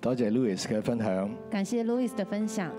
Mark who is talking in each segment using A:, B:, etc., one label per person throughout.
A: 多謝 Louis 嘅分享。
B: 感谢 Louis 的分享。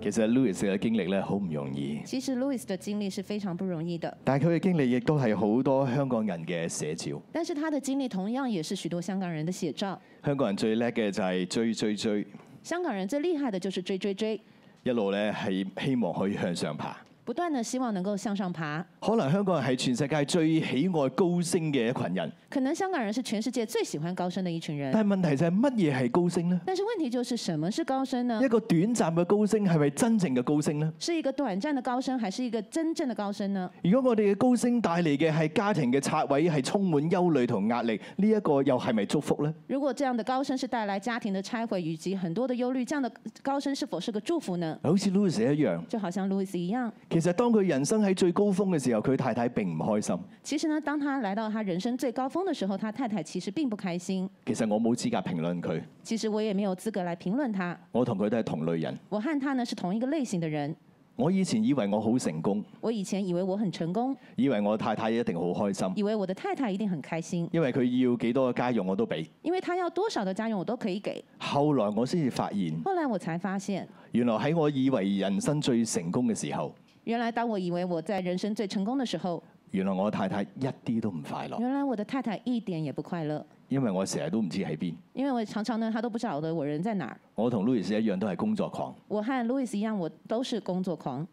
A: 其實 Louis 嘅經歷咧好唔容易，
B: 其实 Louis 的经历是非常不容易的，
A: 但係佢嘅經歷亦都係好多香港人嘅寫照。
B: 但是他的经历同样也是许多香港人的写照。
A: 香港人最叻嘅就係追追追，
B: 香港人最厉害的就是追追追，
A: 一路咧係希望可以向上爬。
B: 不断的希望能够向上爬。
A: 可能香港人係全世界最喜愛高升嘅一群人，
B: 可能香港人是全世界最喜欢高升的一群人，
A: 但係問題就係乜嘢係高升呢？
B: 但是問題就是什么是高升呢
A: 一？個短暫嘅高升係咪真正嘅高升呢？
B: 是一个短暂的高升，还是一个真正的高升呢？
A: 如果我哋嘅高升帶嚟嘅係家庭嘅拆毀，係充滿憂慮同壓力，呢、一個又係咪祝福呢？
B: 如果这样的高升是带来家庭的拆毁以及很多的忧虑，这样的高升是否是个祝福呢？
A: 好似 Louis 一樣，
B: 就好像路易斯一样，
A: 其實當佢人生喺最高峰嘅時候，佢太太並唔開心。
B: 其实呢，当他来到他人生最高峰的时候，他太太其实并不开心。
A: 其實我冇資格評論佢，
B: 其實我也沒有資格来評論他，
A: 我同佢都係同類人。
B: 我和他呢是同一個類型的人。
A: 我以前以為我好成功，
B: 我以前以為我很成功，
A: 以為我太太一定好開心，
B: 以為我的太太一定很開心，
A: 因為佢要幾多嘅家用我都俾。
B: 因為她要多少的家用我都可以給。
A: 後來我先至發現，
B: 後來我才發現，
A: 原來喺我以為人生最成功嘅時候，
B: 原來當我以為我在人生最成功的時候，
A: 原來我太太一啲都唔快樂，
B: 原來我的太太一點也不快樂，
A: 因為我成日都唔知喺邊。
B: 因為我常常呢，她都不曉得我人在哪儿。
A: 我同 Louis 一樣都係工作狂。
B: 我和 Louis 一樣，我都是工作狂。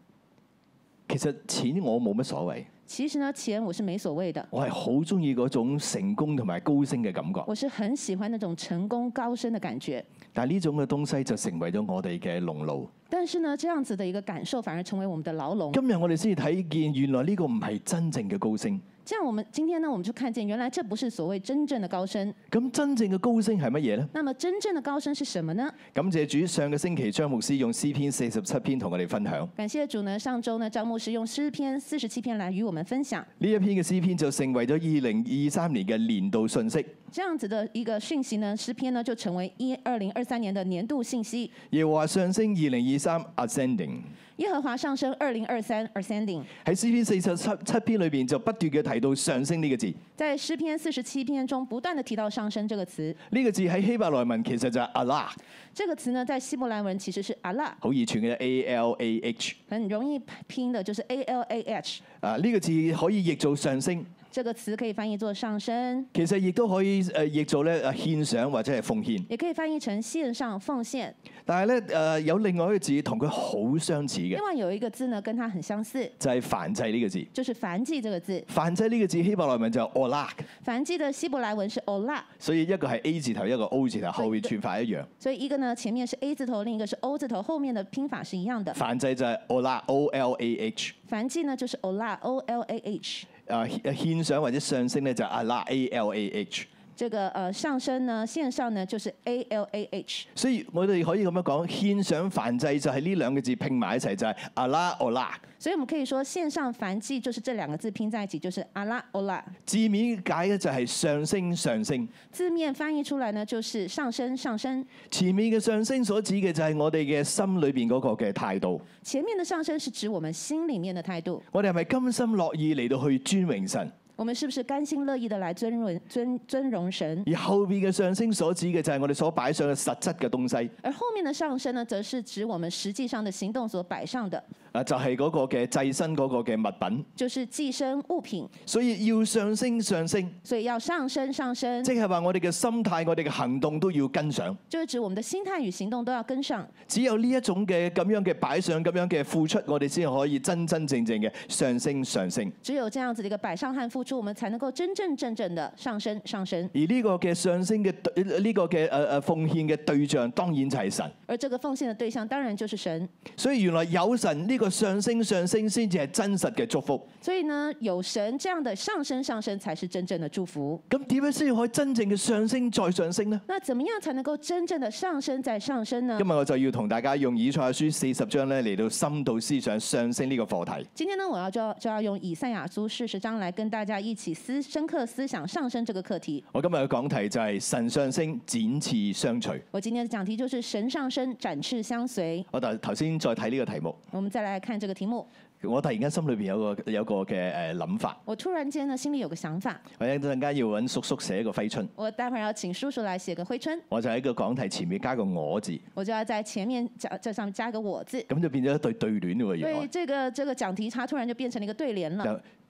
A: 其實錢我冇乜所謂，
B: 其實呢，錢我是沒所謂的，
A: 我係好中意嗰種成功同埋高升嘅感覺。
B: 我是很喜歡那種成功高升的感覺。
A: 但係呢種嘅東西就成為咗我哋嘅籠路。
B: 但是呢，這樣子的一個感受反而成為我們的牢籠。
A: 今日我哋先至睇見，原來呢個唔係真正嘅高升。
B: 这样，我们今天呢，我们就看见原来这不是所谓真正的高升。
A: 咁真正嘅高升係乜嘢呢？
B: 那么，真正的高升是什么呢？
A: 感謝主，上個星期張牧師用詩篇四十七篇同我哋分享。
B: 感谢主呢，上周呢，张牧师用诗篇四十七篇来与我们分享
A: 呢一篇嘅詩篇就成為咗二零二三年嘅年度信息。
B: 这样子的一个讯息呢，诗篇呢就成为一二零二三年的年度信息。
A: 耶和華上升二零二三 ascending
B: 耶和华上升二零二三 ascending，
A: 喺詩篇四十七七篇裏邊就不斷嘅提到上升呢個字。
B: 在诗篇四十七篇中不断的提到上升这个词，
A: 呢、個字喺希伯來文其實就係 Allah，
B: 这个词呢在希伯来文其实是 Allah，
A: 好易串嘅 A L A H。
B: 很容易拼的就是 A L A H，
A: 啊，呢、個字可以譯做上升，
B: 这个词可以翻译作上升，
A: 其實亦都可以誒、呃、譯做咧誒獻上或者係奉獻。
B: 也可以翻译成献上奉献。
A: 但係咧誒有另外一個字同佢好相似嘅
B: 另，外有一个字呢，跟它很相似，
A: 就係、燔祭呢個字。
B: 就是燔祭这个字。
A: 燔祭呢個字希伯來文就 olah，
B: 燔祭的希伯来文是 ola，
A: 所以一個係 A 字頭，一個 O 字頭，後面串法一樣。
B: 所以一个呢前面是 A 字头，另一个是 O 字头，后面的拼法是一样的。
A: 燔祭就係 olah，O L A H。
B: 燔祭呢就是 ola，O L A H。
A: 誒獻上或者上升咧就 Allah，A L A H。
B: 这个呃上升呢，线上呢就是 A L A H。
A: 所以我哋可以咁樣講，獻上燔祭就係呢兩個字拼埋一齊，就係 Allah olah。
B: 所以我们可以说线上燔祭就是这两个字拼在一起，就是阿拉 ola。
A: 字面解嘅就係上升上升，
B: 字面翻译出来呢就是上升上升。
A: 前面嘅上升所指嘅就係我哋嘅心裏邊嗰個嘅態度。
B: 前面的上升是指我们心里面的态度，
A: 我哋係咪甘心樂意嚟到去尊榮神？
B: 我们是不是甘心乐意的来尊荣尊尊荣神？
A: 而後邊嘅上升所指嘅就係我哋所擺上嘅實質嘅東西，
B: 而后面的上升呢，则是指我们实际上的行动所摆上的，
A: 啊就係、嗰個嘅祭身嗰個嘅物品。
B: 就是寄生物品，
A: 所以要上升上升，
B: 所以要上升上升
A: 即，係話我哋嘅心態、我哋嘅行動都要跟上。
B: 就是指我们的心态与行动都要跟上。
A: 只有呢一種嘅咁樣嘅擺上、咁樣嘅付出，我哋先可以真真正正嘅上升上升。
B: 只有这样子的一个摆上和付出，我们才能够真真正正的上升上升。
A: 而呢個嘅上升嘅對呢個嘅誒誒奉獻嘅對象，當然就係神。
B: 而这个奉献的对象当然就是神。
A: 所以原來有神呢個上升上升，先至係真實嘅祝福。
B: 所以呢，有神这样的上升上升，才是真正的祝福。
A: 咁點樣先可以真正嘅上升再上升呢？
B: 那怎么样才能够真正的上升再上升呢
A: 今？日我就要同大家用以賽亞書四十章咧嚟到深度思想上升呢個課題。
B: 今天呢，我要就要就要用以赛亚书四十章来跟大家一起思深刻思想上升这个课题。
A: 我今日嘅講題就係神上升展翅相隨。
B: 我今天的讲题就是神上升，展翅相随。
A: 我頭頭先再睇呢個題目，
B: 我们再来来看这个题目。
A: 我突然間心裏邊有個有個嘅誒諗法，
B: 我突然间呢，心里有个想法，
A: 或者陣間要揾叔叔寫個揮春，
B: 我待会儿要请叔叔来写个揮春，
A: 我就喺個講題前面加個我字，
B: 我就要在前面加这上面加个我字。
A: 咁就變咗一對對聯喎。原
B: 对
A: 來
B: 这个这个讲题，它突然就变成了一个对联了，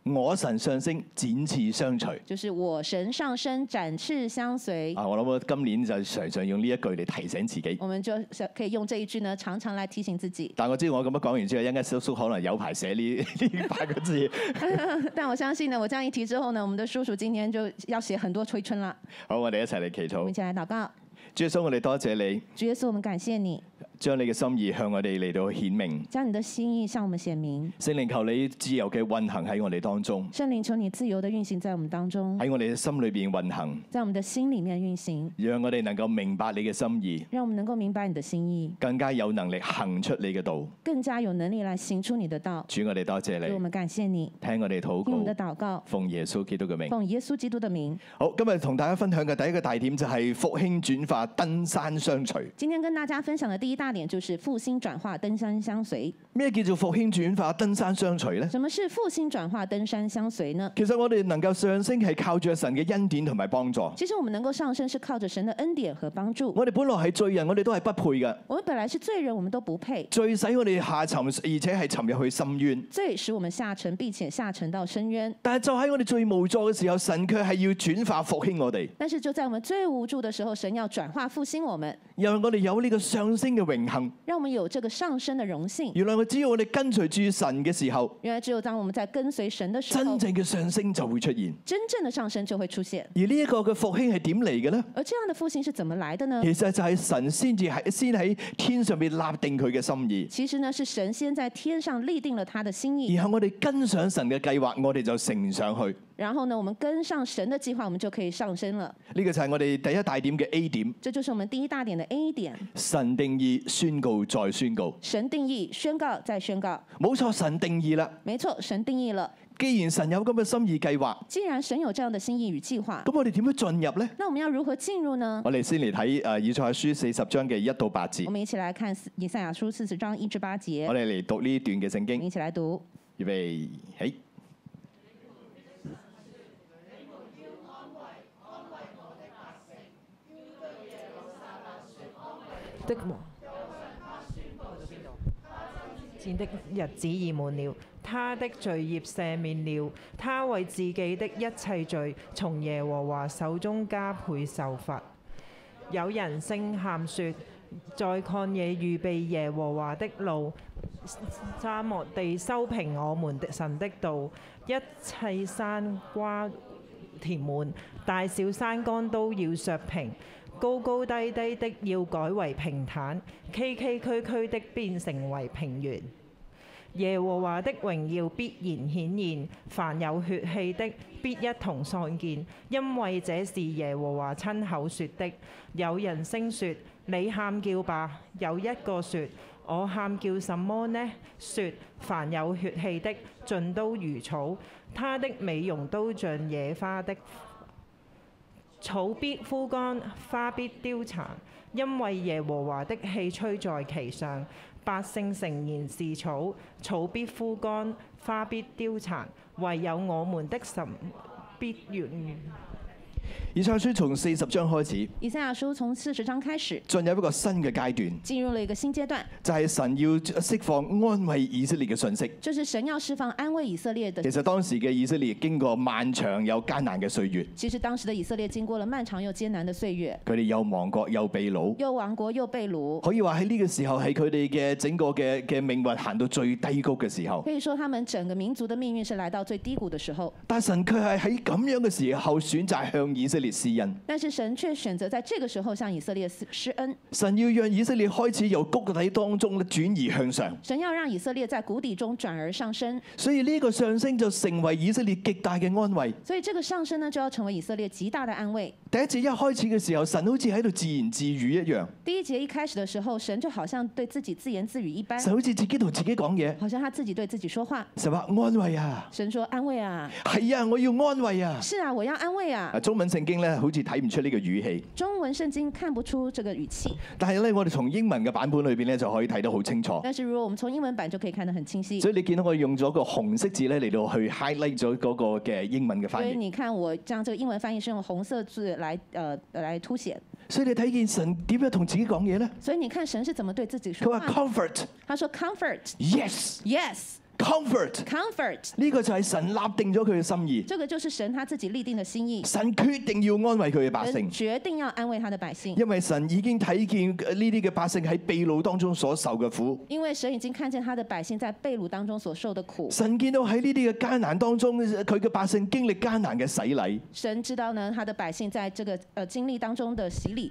A: 就我神上升，展翅相隨。
B: 就是我神上身，展翅相随。
A: 啊，我諗我今年就常常用呢一句嚟提醒自己。
B: 我们就是可以用这一句呢，常常来提醒自己。
A: 但我知道我咁樣講完之後，一陣間叔叔可能有排寫呢 呢八個字。
B: 但我相信呢，我这样一提之后呢，我们的叔叔今天就要写很多吹春了。
A: 好，我哋一齊嚟祈
B: 我们一
A: 禱。
B: 起来祷告，
A: 主耶穌，我哋多謝你，
B: 主耶稣，我们感谢你，
A: 將你嘅心意向我哋嚟到顯明。
B: 将你的心意向我们显明。
A: 聖靈求你自由嘅運行喺我哋當中，
B: 圣灵，求你自由的运行在我们当中，
A: 喺我哋嘅心裏邊運行，
B: 在我们的心里面运行，
A: 讓我哋能夠明白你嘅心意，
B: 让我们能够明白你的心意，
A: 更加有能力行出你嘅道。
B: 更加有能力来行出你的道。
A: 主，我哋多謝
B: 所以我
A: 你，
B: 们感谢你，
A: 聽我哋禱
B: 听我们的嗯
A: 告，
B: 祷告，
A: 奉耶穌基督嘅名。
B: 奉耶稣基督的名。
A: 好，今日同大家分享嘅第一個大點就係復興轉化，登山相隨。
B: 今天跟大家分享的第一大点就是复兴转化，登山相随。
A: 咩叫做復興轉化，登山相隨呢？
B: 什么是复兴转化，登山相随呢？
A: 其實我哋能夠上升係靠住神嘅恩典同埋幫助。
B: 其实我们能够上升是靠着神的恩典和帮助。
A: 我哋本來係罪人，我哋都係不配嘅。
B: 我们本来是罪人，我们都不配，
A: 罪使我哋下沉，而且係沉入去深淵。
B: 罪使我们下沉，并且下沉到深渊。
A: 但係就喺我哋最無助嘅時候，神卻係要轉化復興我哋，
B: 但是就在我们最無助的时候，神要转化复兴我们，
A: 讓我哋有呢個上升嘅榮幸。
B: 让我们有这个上升的荣幸。
A: 原來我只要我哋跟隨住神嘅時候，
B: 原来只有当我们在跟随神的时
A: 真
B: 候，
A: 正嘅上升就會出現。
B: 真正的上升就会出现。
A: 而呢一個嘅復興係點嚟嘅呢？
B: 而这样的复兴是怎么来的呢？
A: 其實就係神先至喺先喺天上面立定佢嘅心意，
B: 其实呢，是神先在天上立定了他的心意，
A: 然後我哋跟上神嘅計劃，我哋就乘上去。
B: 然后呢，我们跟上神的计划，我们就可以上升了。
A: 呢個就係我哋第一大點嘅 A 點，
B: 这就是我们第一大点的 A 点：
A: 神定義宣告再宣告。
B: 神定义、宣告再宣告。
A: 冇錯，神定義啦。
B: 没错，神定义了。
A: 既然神有咁嘅心意計劃，
B: 既然神有这样的心意与计划，
A: 咁我哋點樣進入呢？
B: 那我们要如何进入呢？
A: 我哋先嚟睇誒以賽亞書四十章嘅一到八節
B: 我，们一起来看四以赛亚书四十章一至八节
A: 我。哋嚟讀呢段嘅聖
B: 我们
A: 經。
B: 一起来读。
A: 預備起。
C: 的王。戰的日子已滿了，他的罪孽赦免了，他為自己的一切罪，從耶和華手中加倍受罰。有人聲喊說：在曠野預備耶和華的路，沙漠地修平我們的神的道，一切山瓜填滿，大小山崗都要削平。高高低低的要改為平坦，崎崎嶇嶇的變成為平原。耶和華的榮耀必然顯現，凡有血氣的必一同喪見，因為這是耶和華親口說的。有人聲說：你喊叫吧。有一個說：我喊叫什麼呢？說：凡有血氣的，盡都如草，他的美容都像野花的草必枯乾，花必凋殘，因為耶和華的氣吹在其上。百姓誠然是草，草必枯乾，花必凋殘，唯有我們的神必完。
A: 以賽亞書從四十章開始，
B: 以赛亚书从四十章开始，
A: 進入一個新嘅階段，
B: 进入了一个新階段，
A: 就係、神要釋放安慰以色列嘅信息。
B: 就是神要释放安慰以色列的
A: 其。實當時嘅以色列經過漫長又艱難嘅歲月，
B: 其实当时的以色列经过了漫長又艰難的岁月，
A: 佢哋又亡國又被掳，
B: 又亡國又被掳，
A: 可以話喺呢個時候係佢哋嘅整個嘅嘅命運行到最低谷嘅時候。
B: 可以说他们整个民族的命运是来到最低谷的时候。
A: 但神卻係喺咁樣嘅時候選擇向以色列施恩，
B: 但是神却选择在这個时候向以色列施施恩，
A: 神要讓以色列開始由谷底當中轉移向上，
B: 神要让以色列在谷底中转而上升，
A: 所以呢個上升就成為以色列極大嘅安慰。
B: 所以这个上升呢，就要成为以色列极大的安慰。
A: 第一節一開始嘅時候，神好似喺度自言自語一樣，
B: 第一节一开始的时候，神就好像对自己自言自语一般，
A: 神好似自己同自己講嘢。
B: 好像他自己对自己说话。
A: 神話安慰啊，
B: 神说：“安慰啊，
A: 哎係啊，我要安慰啊。
B: 是啊，我要安慰啊。
A: 啊，中文文聖經咧好似睇唔出呢個語氣，
B: 中文聖經看不出這個語氣，
A: 但係咧我哋從英文嘅版本裏邊咧就可以睇得好清楚。
B: 但是如果我們從英文版就可以看得很清晰。
A: 所以你見到我用咗個紅色字咧嚟到去 highlight 咗嗰個嘅英文嘅
B: 所
A: 翻
B: 以
A: 譯。
B: 你看，我將這個英文翻譯是用紅色字來呃來凸顯。
A: 所以你睇見神點樣同自己講嘢咧？
B: 所以你看神是怎麼對自己
A: 佢
B: 說
A: 話
B: 話的。
A: comfort
B: 他說 comfort
A: yes
B: yes
A: comfort
B: comfort，
A: 呢個就係神立定咗佢嘅心意，
B: 這個就是神他自己立定的心意，
A: 神決定要安慰佢嘅百
B: 神
A: 姓。
B: 決定要安慰他的百姓，
A: 因為神已經睇見呢啲嘅百姓喺秘掳當中所受嘅苦，
B: 因為神已經看見他的百姓在被擄當中所受的苦。
A: 神見到喺呢啲嘅艱難當中，佢嘅百姓經歷艱難嘅洗禮。
B: 神知道呢，他的百姓在這個呃經歷當中的洗禮，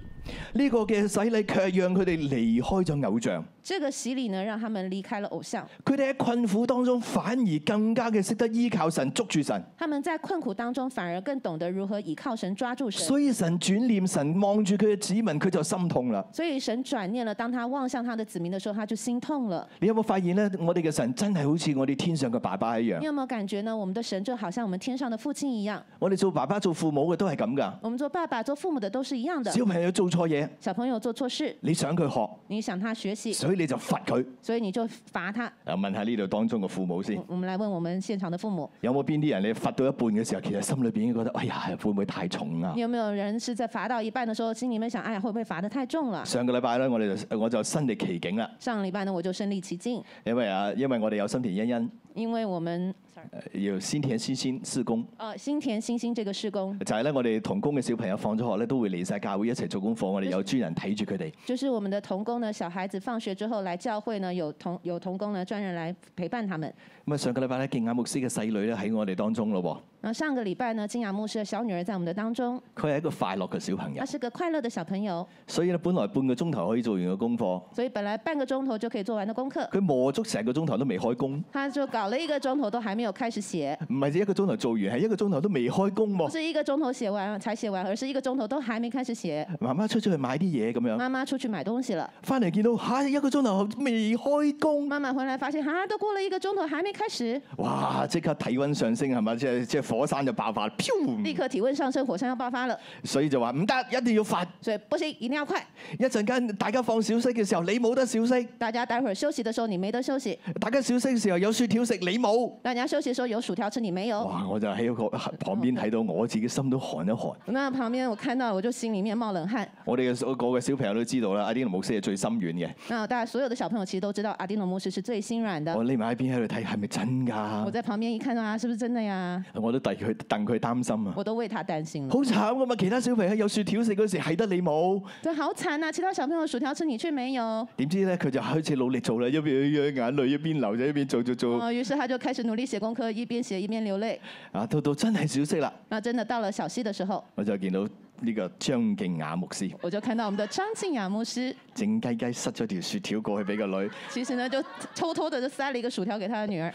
A: 呢、個嘅洗禮卻讓佢哋離開咗偶像，
B: 這個洗禮呢，讓他們離開了偶像，
A: 佢哋喺困苦當中反而更加嘅識得依靠神、捉住神。
B: 他們在困苦當中反而更懂得如何倚靠神、抓住神。
A: 所以神轉念，神望住佢嘅子民，佢就心痛啦。
B: 所以神轉念了，當他望向他的子民的時候，他就心痛了。
A: 你有冇發現呢？我哋嘅神真係好似我哋天上嘅爸爸一
B: 你
A: 樣。
B: 有沒有感覺呢？我們的神就好像我們天上的父親一樣，
A: 我哋做爸爸、做父母嘅都係咁噶。
B: 我們做爸爸、做父母的都是一樣的。
A: 小朋友做錯嘢，
B: 小朋友做錯事，
A: 你想佢學，
B: 你想他學習，
A: 所以你就罰佢。
B: 所以你就罰他。
A: 啊，問下呢度當中嘅父母先
B: 我。我們來問我們現場的父母，
A: 有冇邊啲人你罰到一半嘅時候，其實心裏邊已經覺得，哎呀，會唔會太重啊
B: 你？有沒有人是在罰到一半的時候，心裡面想，哎呀，會不會罰得太重了？
A: 上個禮拜咧，我哋就我就身歷其境啦，
B: 上禮拜呢，我就身歷其境，
A: 因為啊，因為我哋有新田欣欣，
B: 因為我們
A: 呃要先田先先施工，
B: 呃新田星星這個事工，
A: 就係咧我哋童工嘅小朋友放咗學咧，都會嚟晒教會一齊做功課，我哋有專人睇住佢哋。
B: 就是我們的童工呢，小孩子放學之後來教會呢，有童有童工呢專人來陪伴他們。
A: 咁啊，上個禮拜咧，敬雅牧師嘅細女咧喺我哋當中咯
B: 然後上個禮拜呢，金雅牧師的小女兒在我們的當中，
A: 喎，佢係一個快樂嘅小朋友
B: 她，是個快樂的小朋友，
A: 所以咧本來半個鐘頭可以做完嘅功課，
B: 所以本來半個鐘頭就可以做完的功 課，
A: 佢磨足成個鐘頭都未開工，
B: 她就搞了一個鐘頭都還沒有開始寫，
A: 唔係只一個鐘頭做完，係一個鐘頭都未開工
B: 不
A: 喎。
B: 是一個鐘頭寫完才寫完，而是一個鐘頭都還沒開始寫。
A: 媽媽出咗去買啲嘢咁樣。
B: 媽媽出去買東西了，
A: 翻嚟見到嚇、一個鐘頭後未開工，
B: 媽媽回來發現啊，都過了一個鐘頭還沒開始，
A: 哇！即刻體温上升係咪？即係即係火山就爆發，
B: 立
A: 飄！
B: 刻體溫上升，火山要爆發了，
A: 所以就話唔得，一定要罰。
B: 所以不行，一定要快。
A: 一陣間大家放小息嘅時候，你冇得小息；
B: 大家待會兒休息的時候你沒得休息，
A: 大家小息嘅時候有雪條食，你冇。
B: 大家休息的時候有薯條吃你沒有。
A: 哇！我就喺個旁邊睇到，我自己心都寒一寒。
B: 那旁邊我看到了，我就心裡面冒冷汗。
A: 我哋嘅所個嘅小朋友都知道啦，阿啲牧師係最心軟嘅。
B: 那大家所有的小朋友其實都知道，阿迪諾牧師是最心軟的。
A: 我匿埋喺邊喺度睇，係咪真
B: 嗯我
A: 㗎？
B: 在旁邊一看到啊，是不是真的呀？
A: 我都替佢戥佢擔心啊！
B: 我都為他擔心了。
A: 好慘㗎嘛！其他小朋友有雪條食嗰時係得你冇。
B: 對，好慘啊！其他小朋友薯條吃，你卻沒有。
A: 點知咧佢就開始努力做啦，一邊一邊眼淚一邊流就一邊做做做，
B: 哦，於是他就開始努力寫功課，一邊寫一邊流淚。
A: 啊到到真係小息啦，
B: 那真的到了小息的時候，
A: 我就見到呢個張敬雅牧師
B: 我就看到我們的張靜雅牧師，
A: 靜雞雞塞咗條雪條過去俾個女，
B: 其實呢就偷偷的就塞了一個薯條給他的女兒。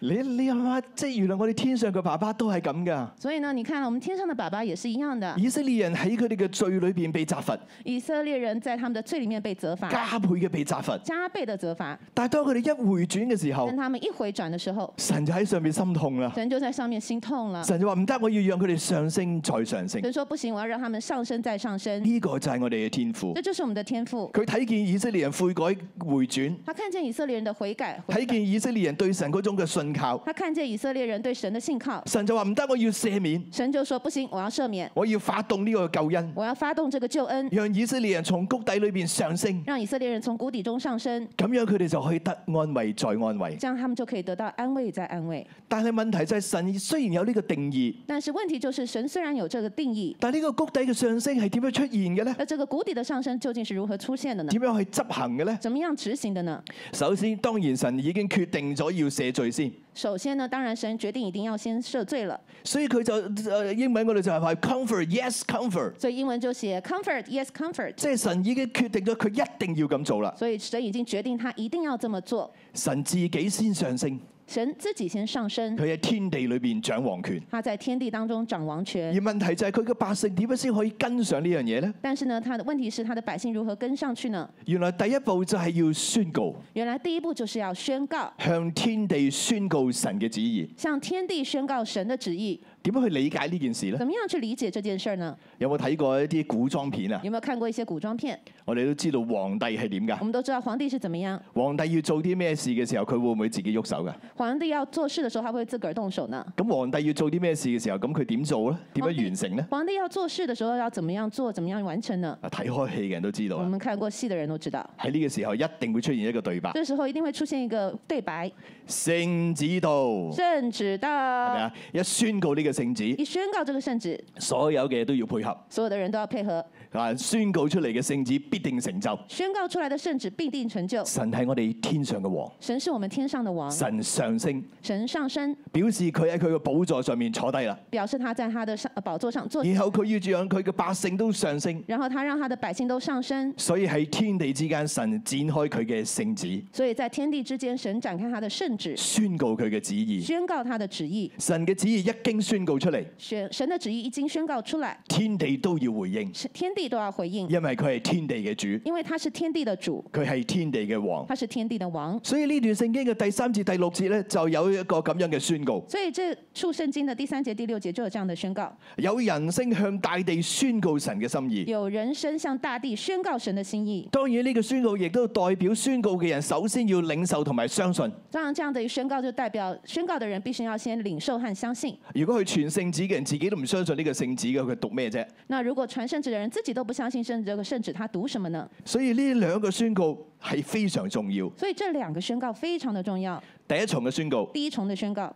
A: 你你諗下，即係原來我哋天上嘅爸爸都係咁噶。
B: 所以呢，你看我們天上的爸爸也是一樣的。
A: 以色列人喺佢哋嘅罪裏邊被責罰，
B: 以色列人在他們的罪裡面被責罰，
A: 加倍嘅被責罰。
B: 加倍的責罰。
A: 但係當佢哋一回轉嘅時候
B: 但，他們一回轉的時候，
A: 神就喺上面心痛啦。
B: 神就在上面心痛了。
A: 神就話唔得，我要讓佢哋上升再上升。
B: 神說不行，我要讓他們上升再上升。
A: 呢個就係我哋嘅天賦。
B: 这就是我們的天賦。
A: 佢睇見以色列人悔改回轉，
B: 他看見以色列人的悔改，悔
A: 睇見以色列人對神嗰種嘅信靠。
B: 他看見以色列人對神的信靠，
A: 神就話唔得，我要赦免，
B: 神就說不行，我要赦免，
A: 我要發動呢個救恩，
B: 我要發動這個救恩，
A: 讓以色列人從谷底裏邊上升，
B: 讓以色列人從谷底中上升，
A: 咁樣佢哋就可以得安慰再安慰。
B: 這樣他們就可以得到安慰再安慰。
A: 但係問題就係神雖然有呢個定義，
B: 但是問題就是，神雖然有這個定義，
A: 但呢個谷底嘅上升係點樣出現嘅呢？
B: 那這個谷底的上升究竟是如何出現的呢？
A: 點樣去執行嘅呢？
B: 怎麼樣執行的呢？
A: 首先，當然神已經決定咗要赦罪先，
B: 首先呢，當然神決定一定要先赦罪了，
A: 所以佢就呃英文嗰度就係話 comfort yes comfort，
B: 所以英文就寫 comfort yes comfort，
A: 即係神已經決定咗佢一定要咁做啦。
B: 所以神已經決定他一定要這麼做，
A: 神自己先上升，
B: 神自己先上升，
A: 佢喺天地裏邊掌王權。
B: 他在天地當中掌王權
A: 而。問題就係佢嘅百姓點樣先可以跟上呢樣嘢呢？
B: 但是呢，他的問題是他的百姓如何跟上去呢？
A: 原來第一步就係要宣告，
B: 原來第一步就是要宣告，
A: 向天地宣告神嘅旨意。
B: 向天地宣告神的旨意。
A: 點樣去理解呢件事呢？
B: 怎么样去理解这件事儿呢？
A: 有冇睇過一啲古裝片啊？
B: 有没有看过一些古装片？
A: 我哋都知道皇帝係點㗎
B: 我。们都知道皇帝是怎么样，
A: 皇帝要做啲咩事嘅時候，佢會唔會自己喐手㗎？
B: 皇帝要做事的时候，他会自个儿动手呢。
A: 咁皇帝要做啲咩事嘅時候，咁佢點做呢？點樣完成呢？
B: 皇帝要做事的时候要怎么样做，怎么样完成呢？
A: 啊，睇開戲嘅人都知道
B: 我
A: 啦。
B: 们看過戲的人都知道，
A: 喺呢個時候一定會出現一個對白，
B: 這时候一定會出現一個對白，
A: 聖旨到，係
B: 聖旨
A: 咪
B: 到，
A: 啊？一宣告呢個聖旨，
B: 一宣告這個聖旨，
A: 所有嘅都要配合。
B: 所有的人都要配合，
A: 啊，宣告出嚟嘅聖旨必定成就。
B: 宣告出來的聖旨必定成就。
A: 神係我哋天上嘅王，
B: 神是我們天上的王，
A: 神上升，
B: 神上身，
A: 表示佢喺佢嘅寶座上面坐低啦。
B: 表示他在他的上呃寶座上坐，
A: 然後佢要讓佢嘅百姓都上升，
B: 然後他讓他的百姓都上身。
A: 所以喺天地之間，神展開佢嘅聖旨，
B: 所以在天地之間，神展開他的聖旨，
A: 宣告佢嘅旨意。
B: 宣告他的旨意。
A: 神嘅旨意一經宣告出嚟，
B: 神神的旨意一經宣告出來，
A: 天地都要回應，
B: 是天地都要回應，
A: 因為佢係天地嘅主，
B: 因為他是天地的主，
A: 佢係天地嘅王。
B: 他是天地的王。
A: 所以呢段聖經嘅第三節、第六節呢，就有一個咁樣嘅宣告：
B: 所以这处聖經的第三節、第六節就有這樣的宣告：
A: 有人聲向大地宣告神嘅心意。
B: 有人聲向大地宣告神的心意。
A: 當然呢個宣告亦都代表宣告嘅人首先要領受同埋相信。
B: 当然，这样的一宣告就代表宣告的人必須要先領受和相信。
A: 如果佢全聖旨嘅人自己都唔相信呢個聖旨嘅，佢讀咩啫？
B: 那如果傳聖旨的人自己都不相信聖旨，這個聖旨他讀什麼呢？
A: 所以呢兩個宣告係非常重要。
B: 所以這兩個宣告非常的重要。
A: 第一重嘅宣告
B: 第一重的宣告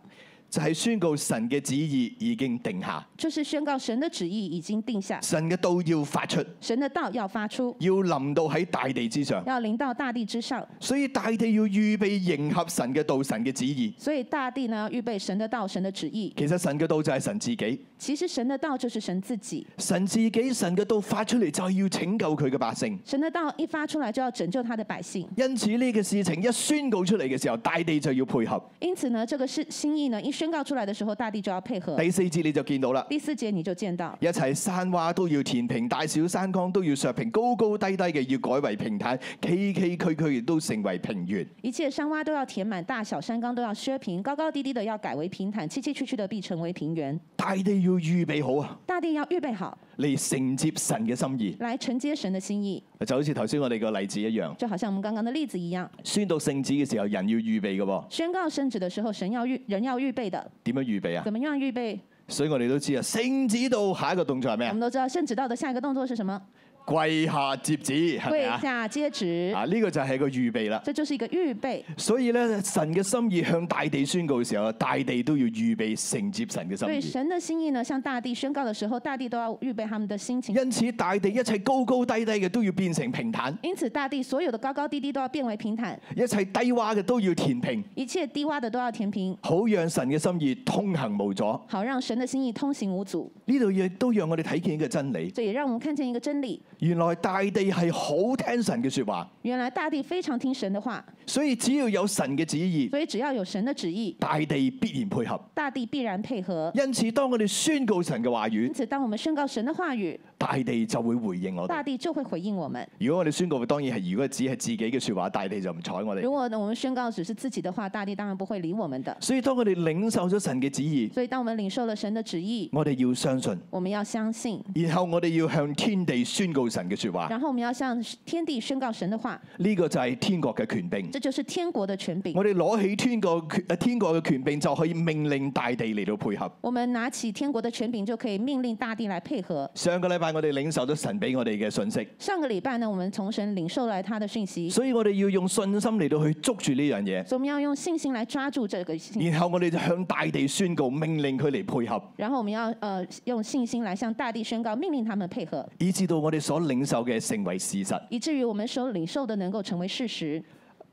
A: 就係、宣告神嘅旨意已經定下，
B: 就是宣告神的旨意已經定下，
A: 神嘅道要發出，
B: 神的道要發出，
A: 要臨到喺大地之上。
B: 要臨到大地之上。
A: 所以大地要預備迎合神嘅道、神嘅旨意。
B: 所以大地呢，預備神的道、神的旨意。
A: 其實神嘅道就係神自己，
B: 其實神的道就是神自己，
A: 神自己神嘅道發出嚟就係要拯救佢嘅百姓。
B: 神的道一發出來就要拯救他的百姓。
A: 因此呢個事情一宣告出嚟嘅時候，大地就要配合。
B: 因此呢，这个是心意呢，一宣告出来的时候，大地就要配合。
A: 第四節你就見到啦，
B: 第四节你就见到，
A: 一切山洼都要填平，大小山崗都要削平，高高低低嘅要改為平坦，崎崎嶇嶇亦都成為平原。
B: 一切山洼都要填满，大小山冈都要削平，高高低低的要改为平坦，崎崎岖岖的必成为平原。
A: 大地要預備好啊，
B: 大地要预备好，
A: 嚟承接神嘅心意。
B: 来承接神的心意，
A: 就好似頭先我哋個例子一樣，
B: 就好像我们刚刚的例子一样。
A: 宣讀聖旨嘅時候，人要預備嘅喎，
B: 宣告圣旨的时候，神要预人要预备的，
A: 點樣預備啊？
B: 怎么样预备？
A: 所以我哋都知啊，聖旨到下一個動作係咩
B: 我
A: 啊
B: 们？都知道圣旨道的下一个动作是什么？
A: 跪下接旨係咪
B: 跪
A: 啊？
B: 下接旨，
A: 啊，呢、個就係個預備啦。
B: 这就是一个预备。
A: 所以咧，神嘅心意向大地宣告嘅時候，大地都要預備承接神嘅
B: 所以
A: 心意。
B: 神的心意呢，向大地宣告的时候，大地都要预备他们的心情。
A: 因此，大地一切高高低低嘅都要變成平坦，
B: 因此，大地所有的高高低低都要变为平坦，
A: 一切低洼嘅都要填平，
B: 一切低洼的都要填平，
A: 好讓神嘅心意通行無阻。
B: 好让神的心意通行无阻。
A: 呢度亦都讓我哋睇見一個真理，
B: 这也让我们看见一个真理：
A: 原來大地係好聽神嘅说話，
B: 原来大地非常聽神的话，
A: 所以只要有神嘅旨意，
B: 所以只要有神的旨意，
A: 大地必然配合。
B: 大地必然配合。
A: 因此，當我哋宣告神嘅話
B: 因
A: 語，
B: 此，当我们宣告神的话语，
A: 大地就會回應我哋。
B: 大地就会回应我们。
A: 如果我哋宣告，當然係如果只係自己嘅説話，大地就唔睬我哋
B: 如。果呢我们宣告只是自己的话，大地当然不会理我们的。
A: 所以當我哋領受咗神嘅旨意，
B: 所以，当我们领受了神的旨意，
A: 我哋要相信，
B: 我们要相信，
A: 然後我哋要向天地宣告神嘅説話。
B: 然后我们要向天地宣告神的话，
A: 呢、個就係天國嘅權柄。
B: 这就是天国的权柄。
A: 我哋攞起天國權呃天國嘅權柄，就可以命令大地嚟到配合。
B: 我们拿起天国的权柄，就可以命令大地来配合。
A: 上個禮拜我哋領受咗神俾我哋嘅信息，
B: 上个礼拜呢，我们从神领受来他的讯息，所
A: 所以我哋要用信心嚟到去捉住呢樣嘢，
B: 以我们要用信心来抓住这个信，
A: 然後我哋就向大地宣告，命令佢嚟配合，
B: 然后我们要呃用信心来向大地宣告，命令他们配合，
A: 以至到我哋所領受嘅成為事實。
B: 以至于我们所领受的能够成为事实。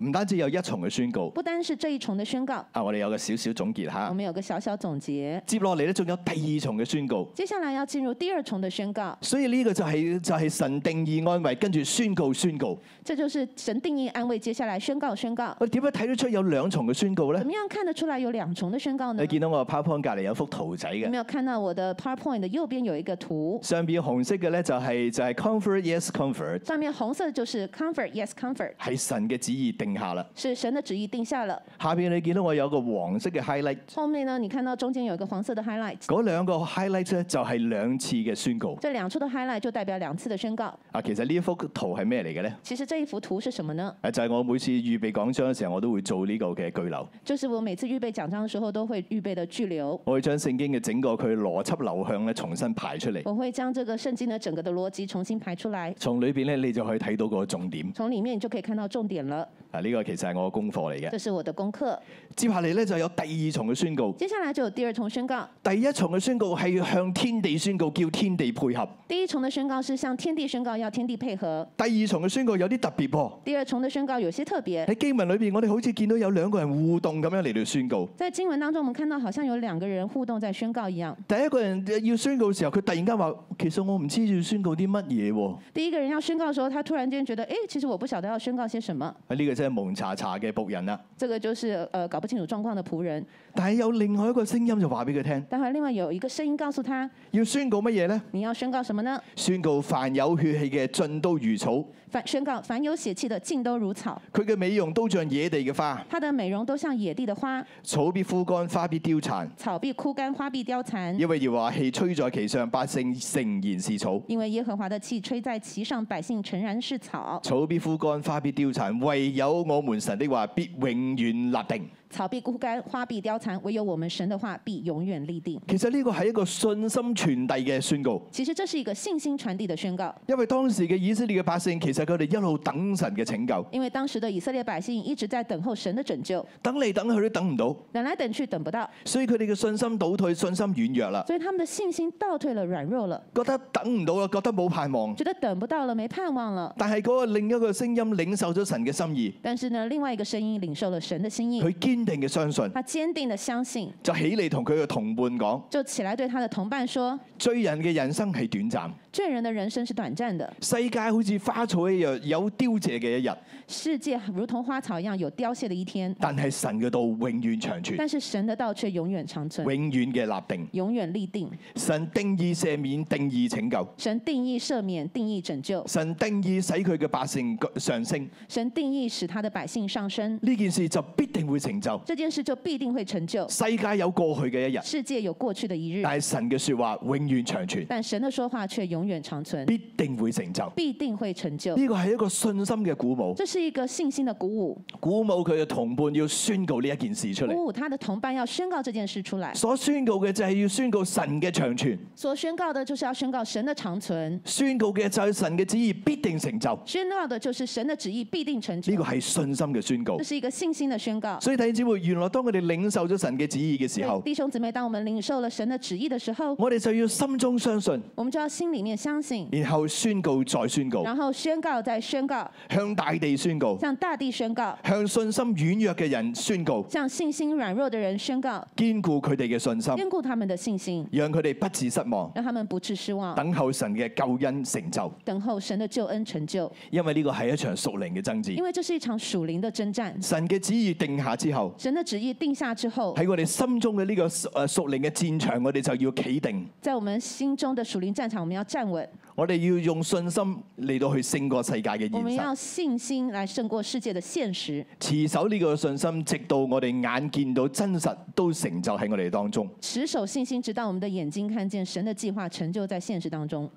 A: 唔單止有一重嘅宣告，
B: 不单是这一重的宣告，
A: 啊，我哋有個少少總結
B: 我
A: 嚇。
B: 们有个小小总结。
A: 接落嚟咧，仲有第二重嘅宣告。
B: 接下来要进入第二重的宣告，
A: 所以呢個就係、就係、神定義安慰，跟住宣告宣告。
B: 这就是神定义安慰。接下来宣告宣告，
A: 我點樣睇得出有兩重嘅宣告
B: 怎
A: 呢？
B: 么样看得出来有两重的宣告呢
A: 你？見到我 PowerPoint 隔離有幅圖仔
B: 有
A: 嘅，
B: 没有看到我的 PowerPoint 的右边有一个图？
A: 上邊紅色嘅呢就係、就係、comfort yes comfort，
B: 上面红色就是 comfort yes comfort，
A: 係神嘅旨意定定下啦。
B: 是神的旨意定下了。
A: 下邊你見到我有個黃色嘅 highlight，
B: 后面呢，你看到中间有一个黄色的 highlight，
A: 嗰兩個 highlight 咧就係兩次嘅宣告。
B: 这两处的 highlight 就代表两次的宣告。
A: 啊，其實呢一幅圖係咩嚟嘅咧？
B: 其实这一幅图是什么呢？
A: 誒就係我每次預備講章嘅時候，我都會做呢個嘅句流。
B: 就是我每次預備講章的時候都會預備的巨流，
A: 我會將聖經嘅整個佢邏輯流向咧重新排出嚟，
B: 我會將這個聖經的整個的邏輯重新排出來，
A: 從裏邊咧你就可以睇到個重點。
B: 從裡面你就可以看到重點了。
A: 啊，呢個其實係我嘅功課嚟嘅。
B: 這是我的功課。
A: 接下嚟咧就有第二重嘅宣告。
B: 接下來就有第二重宣告。
A: 第一重嘅宣告係向天地宣告，叫天地配合。
B: 第一重的宣告是向天地宣告，要天地配合。
A: 第二重嘅宣告有啲特別噃。
B: 第二重的宣告有些特別，
A: 喺經文裏邊，我哋好似見到有兩個人互動咁樣嚟到宣告。
B: 在經文當中我們看到好像有兩個人互動在宣告一樣。
A: 第一個人要宣告嘅時候，佢突然間話：其實我唔知要宣告啲乜嘢喎。
B: 第一個人要宣告的時候，他突然間覺得，誒，其實我不曉得要宣告些什麼。
A: 啊，呢個真係蒙查查嘅仆人啦。
B: 這個就是呃搞不清楚狀況的仆人。
A: 但係有另外一個聲音就話俾佢聽，
B: 但係另外有一個聲音告訴他，
A: 要宣告乜嘢呢？
B: 你要宣告什麼呢？
A: 宣告凡有血氣嘅盡都如草，
B: 凡宣告凡有血氣的盡都如草。
A: 佢嘅美容都像野地嘅花，
B: 它的美容都像野地的花，
A: 草必枯乾，花必凋殘。
B: 草必枯干，花必凋殘。
A: 因為要話氣吹在其上，百姓誠然是草。
B: 因為耶和華的氣吹在其上，百姓誠然是草。
A: 草必枯乾，花必凋殘，唯有我們神的話必永遠立定。
B: 草必枯干，花必凋殘。唯有我們神的話必永遠立定。
A: 其實呢個係一個信心傳遞嘅宣告，
B: 其實這是一個信心傳遞的宣告，
A: 因為當時嘅以色列嘅百姓其實佢哋一路等神嘅拯救，
B: 因為當時的以色列百姓一直在等候神的拯救，
A: 等嚟等去都等唔到，
B: 等來等去等不到，
A: 所以佢哋嘅信心倒退，信心軟弱啦，
B: 所以他們的信心倒退了，軟弱了，
A: 覺得等唔到啦，覺得冇盼望。
B: 覺得等不到了，沒盼望了。
A: 但係嗰個另一個聲音領受咗神嘅心意，
B: 但是呢，另外一個聲音領受了神的心意
A: 佢，堅定嘅相信，
B: 他堅定的相信，
A: 就起嚟同佢嘅同伴講：
B: 就起來對他的同伴說：
A: 罪人嘅人生係短暫，
B: 罪人的人生是短暫的，
A: 世界好似花草一樣有凋謝嘅一日，
B: 世界如同花草一樣有凋謝的一天，
A: 但係神嘅道永遠長存，
B: 但是神的道卻永遠長存
A: 永，遠嘅立定。
B: 永遠立定。
A: 神定義赦免，定義拯救。
B: 神定義赦免，定義拯救，
A: 神定義使佢嘅百姓上升，
B: 神定義使他的百姓上升。
A: 呢件事就必定會成就。
B: 這件事就必定會成就。
A: 世界有過去嘅一日，
B: 世界有過去的一日，
A: 但係神嘅說話永遠長存，
B: 但神的說話卻永遠長存，
A: 必定會成就。
B: 必定會成就。
A: 呢個係一個信心嘅鼓舞，
B: 這是一個信心的鼓舞，
A: 鼓舞佢嘅同伴要宣告呢一件事出嚟。
B: 鼓舞他的同伴要宣告這件事出來。
A: 所宣告嘅就係要宣告神嘅長存，
B: 所宣告的就是要宣告神的長存，
A: 宣告嘅就係神嘅旨意必定成就。呢
B: 宣告的就是神的旨意必定成就
A: 個。係信心嘅宣告
B: 這。是一個信心的宣告。
A: 所以弟兄姊妹，原來當佢哋領受咗神嘅旨意嘅時
B: 所以
A: 候，
B: 弟兄姊妹，當我們領受了神的旨意的時候，
A: 我哋就要心中相信。
B: 我們就要心裡面相信，
A: 然後宣告再宣告，
B: 然後宣告再宣告，
A: 向大地宣告，
B: 向大地宣告，
A: 向信心軟弱嘅人宣告，
B: 向信心軟弱的人宣告，
A: 堅固佢哋嘅信心，
B: 堅固他們的信心，
A: 讓佢哋不致失望，
B: 讓他們不致失望，
A: 等候神嘅救恩成就。
B: 等候神的救恩成就。
A: 因為呢個係一場屬靈嘅爭
B: 因
A: 戰。
B: 為這是一場屬靈的征戰，
A: 神嘅旨意定下之後，
B: 神的旨意定下之後，
A: 喺我哋心中嘅呢個誒屬靈嘅戰場，我哋就要企定，
B: 在我們心中的屬靈戰場，我們要站穩，
A: 我哋要用信心嚟到去勝過世界嘅現
B: 我們要
A: 實，
B: 信心來勝過世界的現實，
A: 持守呢個信心，直到我哋眼見到真實都成就喺我哋當中。
B: 持守信心，直到我們的眼睛看見神的計劃成就在現實當中。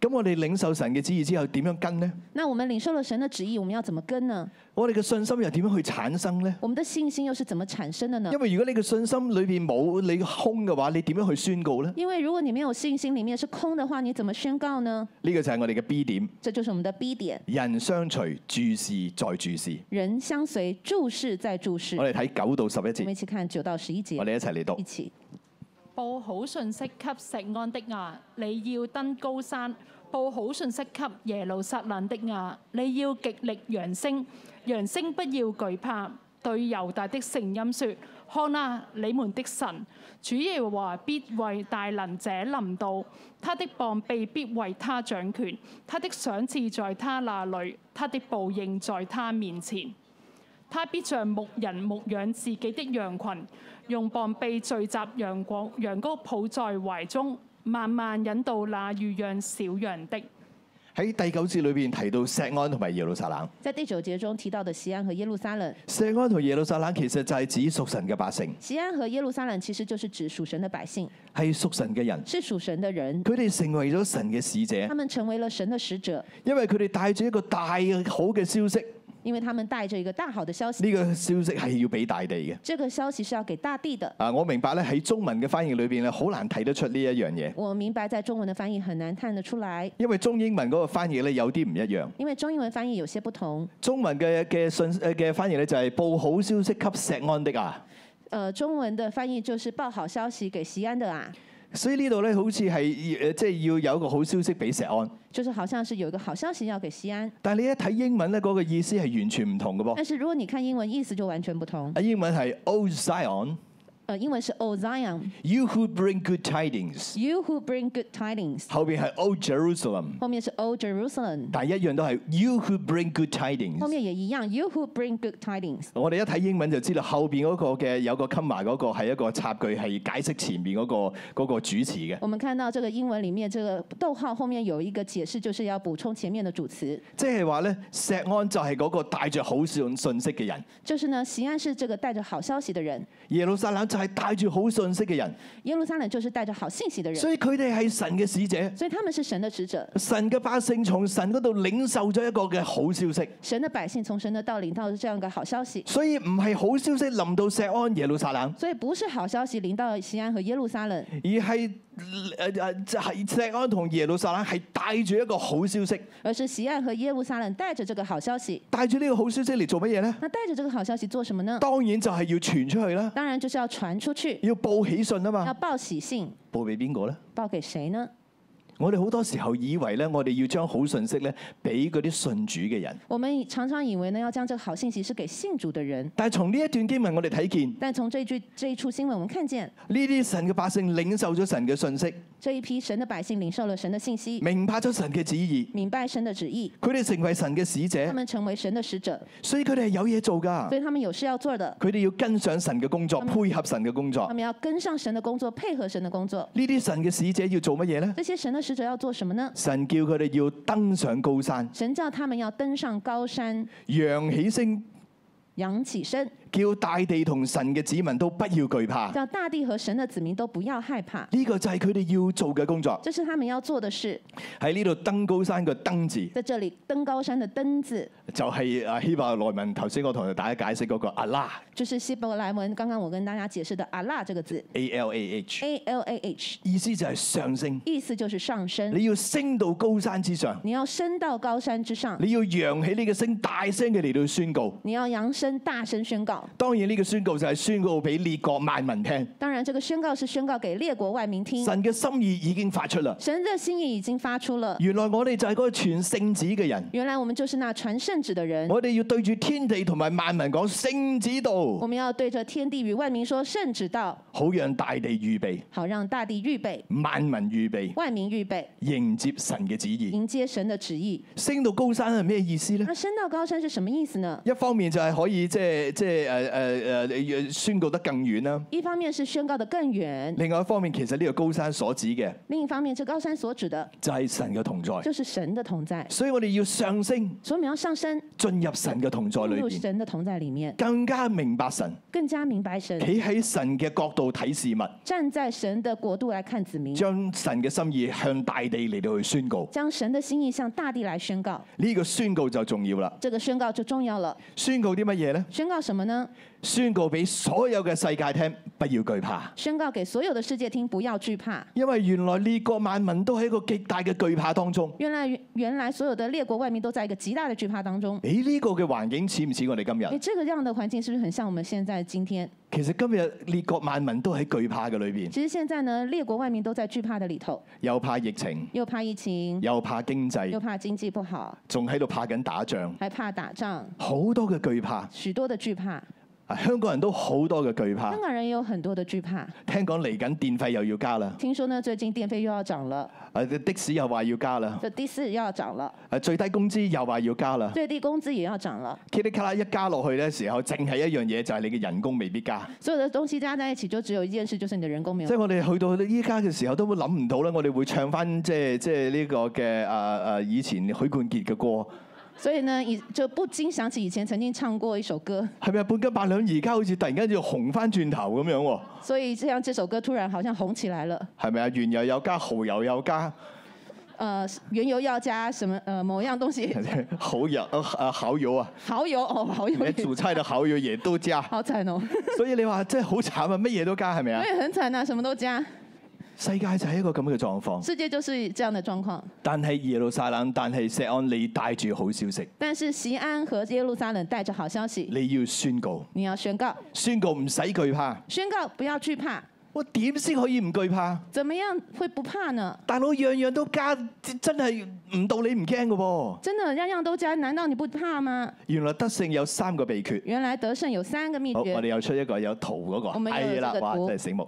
A: 咁我哋領受神嘅旨意之後，點樣跟呢？
B: 那我們領受了神的旨意，我們要怎麼跟呢？
A: 我哋嘅信心又點樣去產生呢？
B: 我們的信心又是怎麼產生的呢
A: 因？為如果你嘅信心裏邊冇你空嘅話，你點樣去宣告呢？
B: 因為如果你沒有信心，裡面是空的話，你怎麼宣告呢？
A: 呢、個就係我哋嘅 B 點，
B: 這就是我們的 B 點，
A: 人相隨，注視再注視。
B: 人相隨，注視再注視。
A: 我
B: 我
A: 哋睇九到十一
B: 們
A: 節，
B: 一起看九到十一
A: 我
B: 節，
A: 哋一齊嚟讀
B: 一。起。
D: 報好信息給錫安的啊，你要登高山；報好信息給耶路撒冷的啊，你要極力揚聲，揚聲不要懼怕。對猶大的聲音説：看啊，你們的神主耶和華必為大能者臨到，他的膀臂必為他掌權，他的賞賜在他那裏，他的報應在他面前。他必像牧人牧養自己的羊群，用膀臂聚集羊羔，羊羔抱在懷中，慢慢引導那遇讓小羊的。
A: 喺第九節裏邊提到錫安同埋耶路撒冷。
B: 在第九节中提到的西安和耶路撒冷，
A: 錫安同耶路撒冷其實就係指屬神嘅百姓，
B: 西安和耶路撒冷其實就是指屬神的百姓，
A: 係屬神嘅人。
B: 是屬神的人，
A: 佢哋成為咗神嘅使者
B: 他，們成為了神的使者，
A: 因為佢哋帶住一個大好嘅消息。
B: 因為他們帶着一個大好的消息。
A: 呢、個消息係要俾大地嘅。
B: 这個消息是要給大地的。
A: 啊，我明白咧喺中文嘅翻譯裏邊咧，好難睇得出呢一樣嘢，
B: 我明白在中文的翻譯很難看得出來，
A: 因為中英文嗰個翻譯咧有啲唔一樣。
B: 因為中英文翻譯有些不同。
A: 中文嘅嘅信誒嘅翻譯咧就係報好消息給錫安的啊，
B: 呃，中文的翻譯就是報好消息給西安的啊，
A: 所以呢度咧好似係誒即係要有一個好消息俾錫安。
B: 就是好像是有一個好消息要給西安。
A: 但係你一睇英文咧，嗰、個意思係完全唔同嘅噃。
B: 但是如果你看英文，意思就完全不同。
A: 啊，英文係 O Zion，You
B: 呃，英文是 O Zion，you
A: who bring good tidings，
B: who bring good tidings，
A: 後邊係 O Jerusalem，
B: 後面是 O Jerusalem，
A: 但係一樣都係 You who bring good
B: 後
A: tidings。
B: 面也一樣，you who bring good tidings。
A: 我哋一睇英文就知道後邊嗰個嘅有個 comma 嗰個係一個插句，係解釋前面嗰、個嗰個主詞嘅。
B: 我們看到這個英文裡面，這個逗號後面有一個解釋，就是要補充前面的主詞。
A: 即係話咧，石安就係嗰個帶着好信信息嘅人，
B: 就是呢，西安是這個帶着好消息的人，
A: 耶路撒冷就係帶住好信息嘅人，
B: 耶路撒冷就是帶着好信息的人，
A: 所以佢哋係神嘅使者。
B: 所以他們是神的使者。
A: 神嘅百姓從神嗰度領受咗一個嘅好消息，
B: 神的百姓從神的道領到這樣一個好消息，
A: 所以唔係好消息臨到石安耶路撒冷，
B: 所以不是好消息臨到西安和耶路撒冷，
A: 而係誒誒就係石安同耶路撒冷係帶住一個好消息，
B: 而是西安和耶路撒冷帶着這個好消息。
A: 帶住呢個好消息嚟做乜嘢呢？
B: 那帶着這個好消息做什麼呢？
A: 當然就係要傳出去啦，
B: 當然就是要傳出去，
A: 要報喜訊啊
B: 要
A: 嘛，
B: 報喜信，
A: 報俾邊個呢？
B: 報給誰呢？
A: 我哋好多時候以為咧，我哋要將好信息咧俾嗰啲信主嘅人。
B: 我們常常以為呢，要將這個好信息是給信主的人，
A: 但係從呢一段經文，我哋睇見
B: 但從這一句這一處新聞，我們看見
A: 呢啲神嘅百姓領受咗神嘅信息，
B: 這一批神的百姓領受了神的信息，
A: 明白咗神嘅旨意，
B: 明白神的旨意，
A: 佢哋成為神嘅使
B: 他
A: 者，
B: 們成為神的使者，
A: 所以佢哋係有嘢做㗎。
B: 所以他們有事要做的，
A: 佢哋要跟上神嘅工作，配合神嘅工作
B: 他。們要跟上神的工作，配合神的工作。
A: 呢啲神嘅使者要做乜嘢呢？
B: 這些神的使者要做什麼呢？
A: 神叫佢哋要登上高山，
B: 神叫他們要登上高山，
A: 揚起聲，
B: 扬起身，
A: 叫大地同神嘅子民都不要懼怕。
B: 叫大地和神的子民都不要害怕。
A: 呢個就係佢哋要做嘅工作。
B: 这是他们要做的事。
A: 喺呢度登高山嘅登字，
B: 在這裡，登高山的登字，
A: 就係啊希伯來文頭先我同大家解釋嗰個阿拉
B: 就是希伯來文刚刚我跟大家解釋的阿拉這個字
A: A L A H。
B: ，A L A H，
A: 意思就係上升，
B: 意思就是上升。
A: 你要升到高山之上，
B: 你要升到高山之上，
A: 你要揚起呢個聲，大聲嘅嚟到宣告。
B: 你要扬聲大聲宣告。
A: 當然呢個宣告就係宣告俾列國萬民聽，
B: 當然，這個宣告是宣告給列國外民聽。
A: 神嘅心意已經發出啦。
B: 神的心意已經發出了。
A: 原來我哋就係嗰個傳聖旨嘅人，
B: 原來我們就是那傳聖旨的人。
A: 我哋要對住天地同埋萬民講聖旨
B: 我
A: 道，
B: 們要對着天地與萬民說聖旨道，
A: 好讓大地預備、
B: 好讓大地預備，
A: 萬民預備，
B: 萬民預備，
A: 迎接神嘅旨意。
B: 迎接神的旨意。
A: 升到高山係咩意思呢？
B: 那升到高山是什麼意思呢？
A: 一方面就係可以即係即係誒誒誒宣告得更遠啦，
B: 一方面是宣告得更遠，
A: 另外一方面其實呢個高山所指嘅。
B: 另一方面，這高山所指的
A: 就係神嘅同在。
B: 就是神的同在。
A: 所以我哋要上升，
B: 所以我們要上升，
A: 進入神嘅同在
B: 进
A: 裏
B: 入
A: 邊，
B: 神的同在裡面，
A: 更加明白神，
B: 更加明白神，
A: 企喺神嘅角度睇事物，
B: 站在神的國度來看子民，
A: 將神嘅心意向大地嚟到去宣告。
B: 將神的心意向大地來宣告。
A: 呢、個宣告就重要啦。
B: 這個宣告就重要了。
A: 宣告啲乜嘢呢？
B: 宣告什麼呢？
A: 宣告俾所有嘅世界聽，不要懼怕，
B: 宣告給所有的世界聽，不要懼怕。
A: 因為原來呢個萬民都喺一個極大嘅懼怕當中。
B: 原來原來所有的列國外面都在一個極大的懼怕當中。
A: 誒呢、個嘅環境似唔似我哋今
B: 哎，
A: 日？
B: 這個樣的環境是不是很像我們現在今天？
A: 其實今日列國萬民都喺懼怕嘅裏邊，
B: 其實現在呢，列國外面都在懼怕的裡頭，
A: 又怕疫情，
B: 又怕疫情，
A: 又怕經濟
B: 嗯又，怕經濟不好，
A: 仲喺度怕緊打仗，
B: 還怕打仗，
A: 好多嘅懼怕。
B: 許多的懼怕。
A: 啊，香港人都好多嘅懼怕
B: 香，港人也有很多的惧怕，
A: 聽講嚟緊電費又要加啦，
B: 听说呢最近電費又要漲了，
A: 啊的士又話要加啦，
B: 這的士又要漲了，
A: 啊最低工資又話要加啦，
B: 最低工資也要漲了，
A: 噼里卡啦一加落去咧時候，淨係一樣嘢就係你嘅人工未必加，
B: 所有的東西加在一起，就只有一件事，就是你的人工沒
A: 即
B: 有。
A: 係我哋去到依家嘅時候都會諗唔到咧，我哋會唱翻即係即係呢個嘅誒誒以前許冠傑嘅歌。
B: 所以呢，以就不禁想起以前曾經唱過一首歌，
A: 係咪啊半斤八兩？而家好似突然間要紅翻轉頭咁樣喎，
B: 所以這樣這首歌突然好像紅起來了。
A: 係咪啊？原油有加，蠔油有加，
B: 呃，原油要加什麼？呃，某樣東西，
A: 好油啊啊好油啊！
B: 蚝油哦，蚝油
A: 你
B: 也，
A: 煮菜的好油也都加，
B: 好慘哦，
A: 所以你話真係好慘啊！乜嘢都加係咪啊
B: 因？為很慘啊，什麼都加。
A: 世界就係一個咁嘅狀況，
B: 世界就是這樣的狀況。
A: 但係耶路撒冷，但係錫安，你帶住好消息，
B: 但是西安和耶路撒冷帶着好消息，
A: 你要宣告，
B: 你要宣告，
A: 宣告唔使懼怕。
B: 宣告不要懼怕。
A: 我點先可以唔懼怕？
B: 怎麼樣會不怕呢？
A: 大佬樣樣都加，真係唔到你唔驚嘅噃。
B: 真的樣樣都加，難道你不怕嗎？
A: 原來得勝有三個秘訣。
B: 原來得勝有三個秘
A: 好，我
B: 訣，
A: 哋又出一個有圖嗰、
B: 我
A: 個，
B: 咪有
A: 係啦，
B: 呢個
A: 哇，
B: 圖
A: 真係醒目。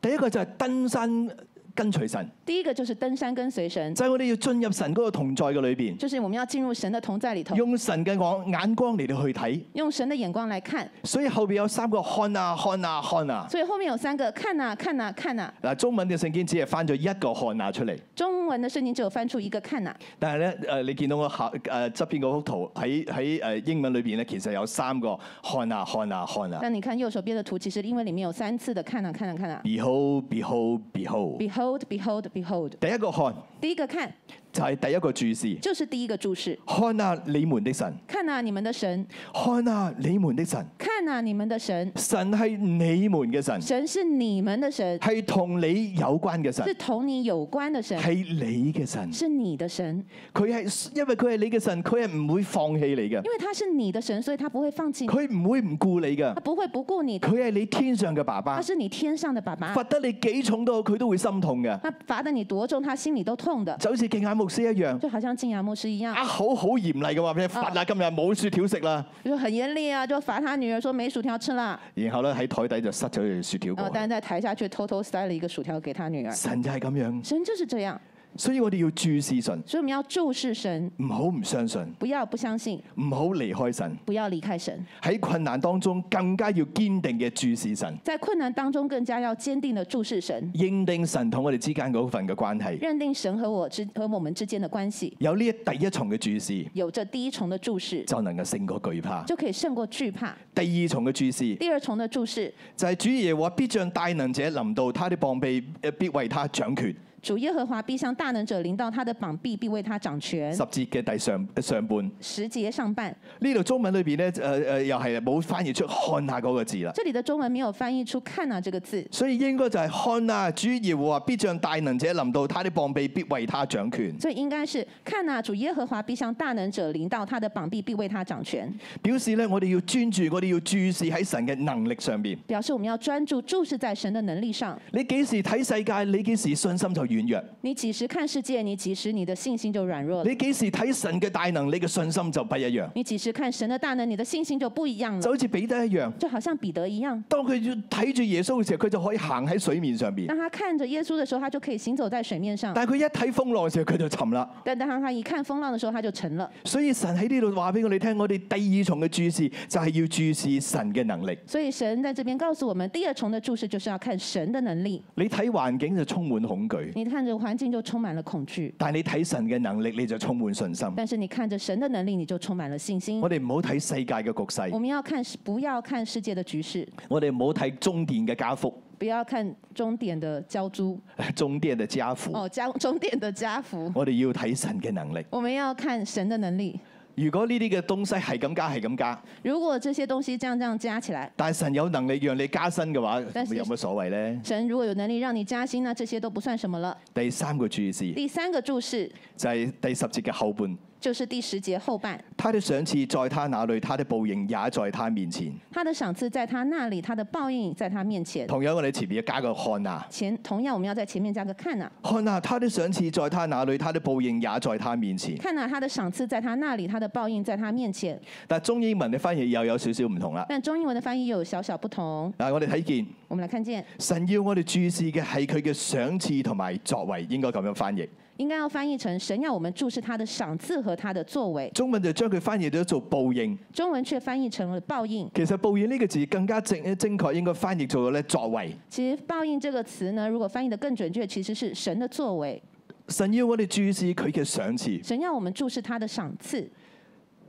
A: 第一個就係登山跟隨神，
B: 第一個就是登山跟隨神，
A: 就係、我哋要進入神嗰個同在嘅裏邊，
B: 就是我們要進入神的同在裡頭，
A: 用神嘅眼眼光嚟到去睇。
B: 用神的眼光來看。
A: 所以後邊有三個看啊看啊看啊。
B: 所以後面有三個看呐、看呐、看呐、
A: 嗱，中文嘅聖經只係翻咗一個看啊出嚟，
B: 中文的聖經只有翻出一個看呐、
A: 但係咧誒，你見到我下誒側邊嗰幅圖喺喺誒英文裏邊咧，其實有三個看啊看啊看啊。
B: 但你看右手邊的圖，其實英文裡面有三次的看呐、啊看呐、看呐、
A: Behold, behold, behold。
B: Behold, behold, behold。
A: 第一個看
B: 第一個看
A: 就係、第一個注視，
B: 就是第一個注視，
A: 看啊你們的神，
B: 看呐、你們的神，
A: 看啊你們的神。
B: 看呐、你們的神，
A: 神係你們嘅神，
B: 神是你們的神，
A: 係同你有關嘅神
B: 是，同你有關的神，
A: 係你嘅神。
B: 是你的神，
A: 佢係因為佢係你嘅神，佢係唔會放棄你嘅
B: 因，為他是你的神，所以他不會放棄你，
A: 佢唔會唔顧你嘅
B: 他，不會不顧你的，
A: 佢係你天上嘅爸爸
B: 他。是你天上的爸爸，
A: 罰得你幾重都好，佢都會心痛嘅，
B: 他罰得你多重，他心裡都痛的，
A: 就好似敬眼牧師一樣。
B: 就好像靜雅牧師一樣。
A: 啊，好好嚴厲嘅話
B: 啊
A: 俾你罰啦，今日冇雪條食啦。
B: 就很嚴厲啊，就罰他女兒說沒薯條吃了，
A: 然後咧喺台底就塞咗條雪條
B: 呃，
A: 過去。
B: 但是在台下卻偷偷塞了一個薯條給他女兒。
A: 神就係咁樣，
B: 神就是這樣，
A: 所以我哋要注視神，
B: 所以我們要注視神，
A: 唔好唔相信，
B: 不要不相信，
A: 唔好離開神。
B: 不要離開神，
A: 喺困難當中更加要堅定嘅注視神。
B: 在困難當中更加要堅定的注視神，
A: 認定神同我哋之間嗰份嘅關係，
B: 認定神和我之和我們之間的關係，
A: 有呢一第一重嘅注視，
B: 有着第一重的注視，
A: 就能夠勝過懼怕。
B: 就可以勝過懼怕；
A: 第二重嘅注視
B: 第二重的注視，
A: 就係、主耶和華必將大能者臨到，他的膀臂呃必為他掌權。
B: 主耶和華必向大能者臨到他的膀臂，必為他掌權
A: 十。節嘅第上上半
B: 十節上半，
A: 呢度中文裏邊咧誒誒又係冇翻譯出看下嗰個字啦，
B: 這裡的中文沒有翻譯出“看啊”這個字，
A: 所以應該就係看啊！主耶和華必將大能者臨到，他的膀臂必為他掌權。
B: 所以應該是看呐、主耶和華必向大能者臨到，他的膀臂必為他掌權。
A: 表示咧，我哋要專注，我哋要注視喺神嘅能力上邊。
B: 表示我們要專注注視在神的能力上。
A: 你幾時睇世界，你幾時信心就軟弱。
B: 你幾時看世界，你其實你的信心就軟弱了；
A: 你幾時睇神嘅大能，你嘅信心就不一樣。
B: 你幾時看神的大能，你的信心就不一樣
A: 就
B: 了。
A: 好似彼得一樣，
B: 就好像彼得一樣，
A: 當佢要睇住耶穌嘅時候，佢就可以行喺水面上邊。
B: 當他看着耶穌的時候，他就可以行走在水面上；
A: 但係佢一睇風浪嘅時候，佢就沉啦。
B: 但當他一看風浪的時候，他就沉了。
A: 所以神喺呢度話俾我哋聽，我哋第二重嘅注視就係要注視神嘅能力。
B: 所以神在這邊告訴我們，第二重的注視就是要看神的能力。
A: 你睇環境就充滿恐懼，
B: 你看着環境就充滿了恐懼，
A: 但係你睇神嘅能力你就充滿信心。
B: 但是你看着神的能力，你就充滿了信心
A: 我。哋唔好睇世界嘅局
B: 我
A: 勢，
B: 們要看，不要看世界的局勢，
A: 我哋唔好睇中電嘅家福、
B: 不要看終點的交租
A: 中電嘅家父，
B: 哦，加終點的家福。
A: 我哋要睇神嘅能力。
B: 我們要看神的能力。
A: 如果呢啲嘅東西係咁加係咁加，
B: 如果這些東西這樣這樣加起來，
A: 但係神有能力讓你加薪嘅話，
B: 但是
A: 有乜所謂呢？
B: 神如果有能力讓你加薪，那這些都不算什麼了。
A: 第三個注視
B: 第三個注視
A: 就係第十節嘅後半，
B: 就是第十节后半。
A: 他的赏賜在他那裏，他的報應也在他面前。
B: 他的赏赐在他那里，他的报应在他面前。
A: 同樣，我哋前面要加個看啊，
B: 前同样，我们要在前面加个看呐、
A: 看啊，他的賞賜在他那裏，他的報應也在他面前。
B: 看呐、啊他的赏赐在他那里，他的报应在他面前。
A: 但中英文嘅翻譯又有少少唔同啦。
B: 但中英文的翻译又有小小不同。
A: 嗱，我哋睇見
B: 我们来看见，
A: 神要我哋注視嘅係佢嘅賞賜同埋作為，應該咁樣翻譯。
B: 应该要翻译成神要我们注视他的赏赐和他的作为，
A: 中文就將佢翻譯咗做報應。
B: 中文却翻译成了报应。
A: 其實報應呢個字更加正精確，應該翻譯做咧作為。
B: 其实报应这个词呢，如果翻译的更准确，其实是神的作为。
A: 神要我哋注視佢嘅賞賜。
B: 神要我们注视他的赏赐。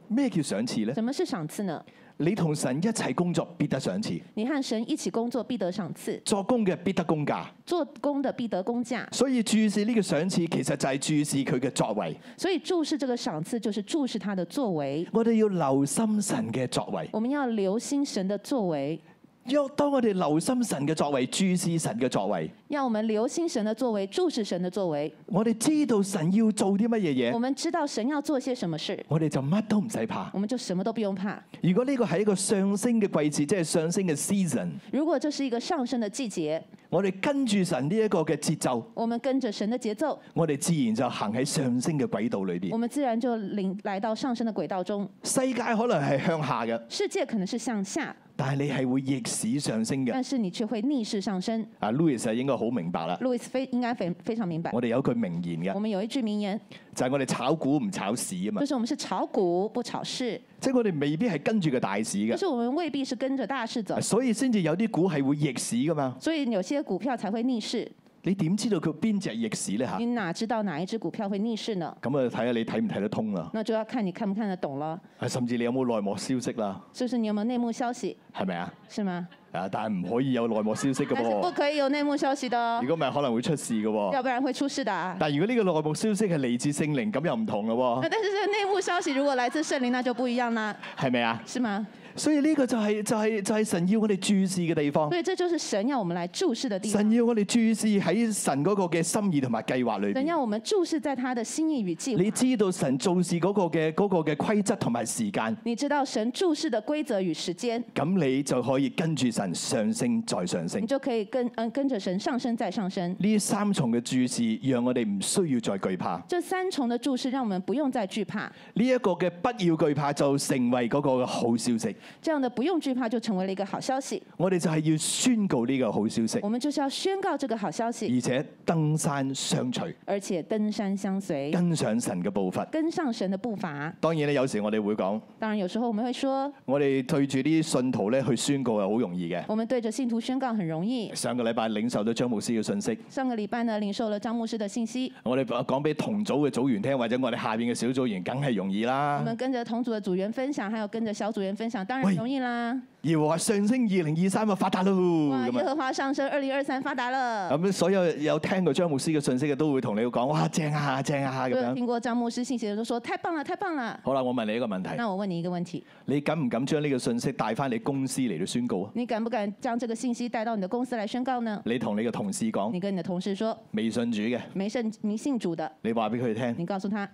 A: 咩叫賞賜 呢？
B: 什么是赏赐呢？
A: 你同神一齊工作，必得賞賜；
B: 你和神一起工作必得赏赐，
A: 作工嘅必得工價。
B: 做工的必得工价。
A: 所以注視呢個賞賜，其實就係注視佢嘅作為。
B: 所以注视这个赏赐，就是注视他的作为。
A: 我哋要留心神嘅作為。
B: 我们要留心神的作为，
A: 若當我哋留心神嘅作為，注視神嘅作為，
B: 让我们留心神的作为，注视神的作为。
A: 我哋知道神要做啲乜嘢
B: 我
A: 嘢，
B: 们知道神要做些什么事，
A: 我哋就乜都唔使怕。
B: 我们就什么都不用怕。
A: 如果呢個係一個上升嘅季節，即係上升嘅 season，
B: 如果这是一个上升的季节，
A: 我哋跟住神呢一個嘅節奏，
B: 我们跟着神的节奏，
A: 我哋自然就行喺上升嘅軌道裏邊。
B: 我们自然就领来到上升的轨道中。
A: 世界可能係向下嘅，
B: 世界可能是向下，
A: 但係你係會逆市上升嘅。
B: 但是你却会逆势上升。
A: 啊，Louis 係應該好明白啦。
B: 路易斯非应该非非常明白。
A: 我哋有一句名言嘅
B: 我，嗯们有一句名言，
A: 就係、我哋炒股唔炒市啊嘛
B: 就，是我们是炒股不炒市，
A: 即係我哋未必係跟住個大市
B: 就
A: 嘅，啊
B: 是我们未必啊是跟着大势走，
A: 所以先至有啲股係會逆市噶嘛。
B: 所以有些股票才会逆势。
A: 你點知道佢邊只逆市咧嚇
B: 你？哪知道哪一只股票会逆势呢？
A: 咁啊，睇下你睇唔睇得通啦，
B: 那就要看你看不看得懂了，
A: 啊甚至你有冇內幕消息啦，
B: 就是你有没有内幕消息，
A: 係咪啊？
B: 是吗？
A: 啊，但係唔可以有內幕消息嘅
B: 但是不
A: 噃，
B: 可以有内幕消息的哦
A: 如，果唔係可能會出事嘅喎。
B: 要不然會出事的啊。
A: 但係如果呢個內幕消息係嚟自聖靈，咁又唔同咯
B: 那但是这内幕消息如果来自圣灵，那就不一样啦，
A: 喎，係咪啊？
B: 是吗？
A: 所以呢個就係、就係、就係、神要我哋注視嘅地方
B: 所，以这就是神哦要我们来注视的地
A: 神
B: 方，
A: 要我哋注視喺神嗰個嘅心意同埋計劃裏
B: 神
A: 邊。
B: 要我们注视在他的心意与计划
A: 你。知道神做事嗰個嘅嗰、個嘅規則同埋時間，
B: 你知道神注视的规则与时间，
A: 咁你就可以跟住神上升再上升
B: 你。就可以跟嗯跟着神上升再上升。
A: 呢三重嘅注視，讓我哋唔需要再懼怕。呢、
B: 这三重的注视让我们不用再惧怕，
A: 一個嘅不要懼怕，就成為嗰個嘅好消息。
B: 这样的不用惧怕就成为了一个好消息。
A: 我哋就係要宣告呢個好消息，
B: 我们就是要宣告这个好消息，
A: 而且登山相隨，
B: 而且登山相随，
A: 跟上神嘅步伐。
B: 跟上神的步伐。
A: 當然咧，有時我哋會講，
B: 当然，有时候我们会说，
A: 我哋對住啲信徒咧去宣告係好容易嘅。
B: 我们对着信徒宣告很容易。
A: 上個禮拜領受咗張牧師嘅信息，
B: 上个礼拜呢，领受了张牧师的信息，
A: 我哋講俾同組嘅組員聽，或者我哋下邊嘅小組員，梗係容易
B: 我
A: 啦
B: 们。跟着同组的组员分享，还有跟着小组员分享，当然
A: 啊喂
B: 容易啦。
A: 而和華上升二零二三啊，發達咯
B: 哇，
A: 咁
B: 耶
A: 啊！
B: 和华上升，二零二三发达了。
A: 咁所有有聽過張牧師嘅信息嘅都會同你講，哇正啊正啊咁
B: 我有
A: 樣。
B: 听过张牧师信息的都说太棒了，太棒了。
A: 好啦，我問你一個問題，
B: 那我问你一个问题，
A: 你敢唔敢將呢個信息帶翻你公司嚟到宣告啊？
B: 你敢不敢将这个信息带到你的公司来宣告呢？
A: 你同你嘅同事講
B: 你跟你的同事说，
A: 未信主嘅，
B: 没信迷信主的，
A: 你話俾佢聽，
B: 你告诉他，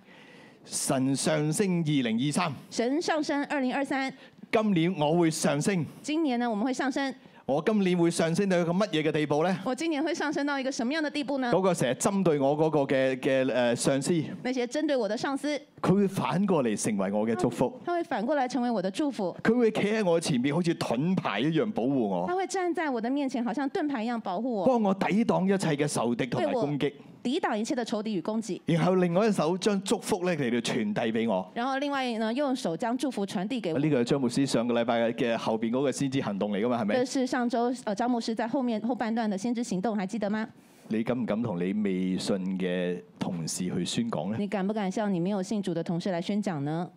A: 神上升二零二三，
B: 神上升二零二三，
A: 今年我會上升，
B: 今年呢我们会上升，
A: 我今年會上升到一個乜嘢嘅地步呢？
B: 我今年会上升到一个什么样的地步呢
A: 嗰、？個成日針對我嗰個嘅嘅誒上司，
B: 那些针对我的上司，
A: 佢會反過嚟成為我嘅祝福，
B: 他会反过来成为我的祝福，
A: 佢會企喺我前面，好似盾牌一樣保護我，
B: 他会站在我的面前，好像盾牌一样保护我，
A: 幫我抵擋一切嘅仇敵同埋
B: 為我
A: 攻擊。
B: 抵挡一切的仇敌与攻擊。
A: 然後另外一手將祝福咧嚟到傳遞俾我。
B: 然后另外呢，用手将祝福传递给我。
A: 呢個係張牧師上個禮拜嘅後邊嗰個先知行動嚟噶嘛，係
B: 这
A: 咪？
B: 是上周呃张牧师在后面后半段的先知行动，还记得吗？
A: 你敢唔敢同你未信嘅同事去宣講咧？
B: 你敢不敢向你没有信主的同事来宣讲呢？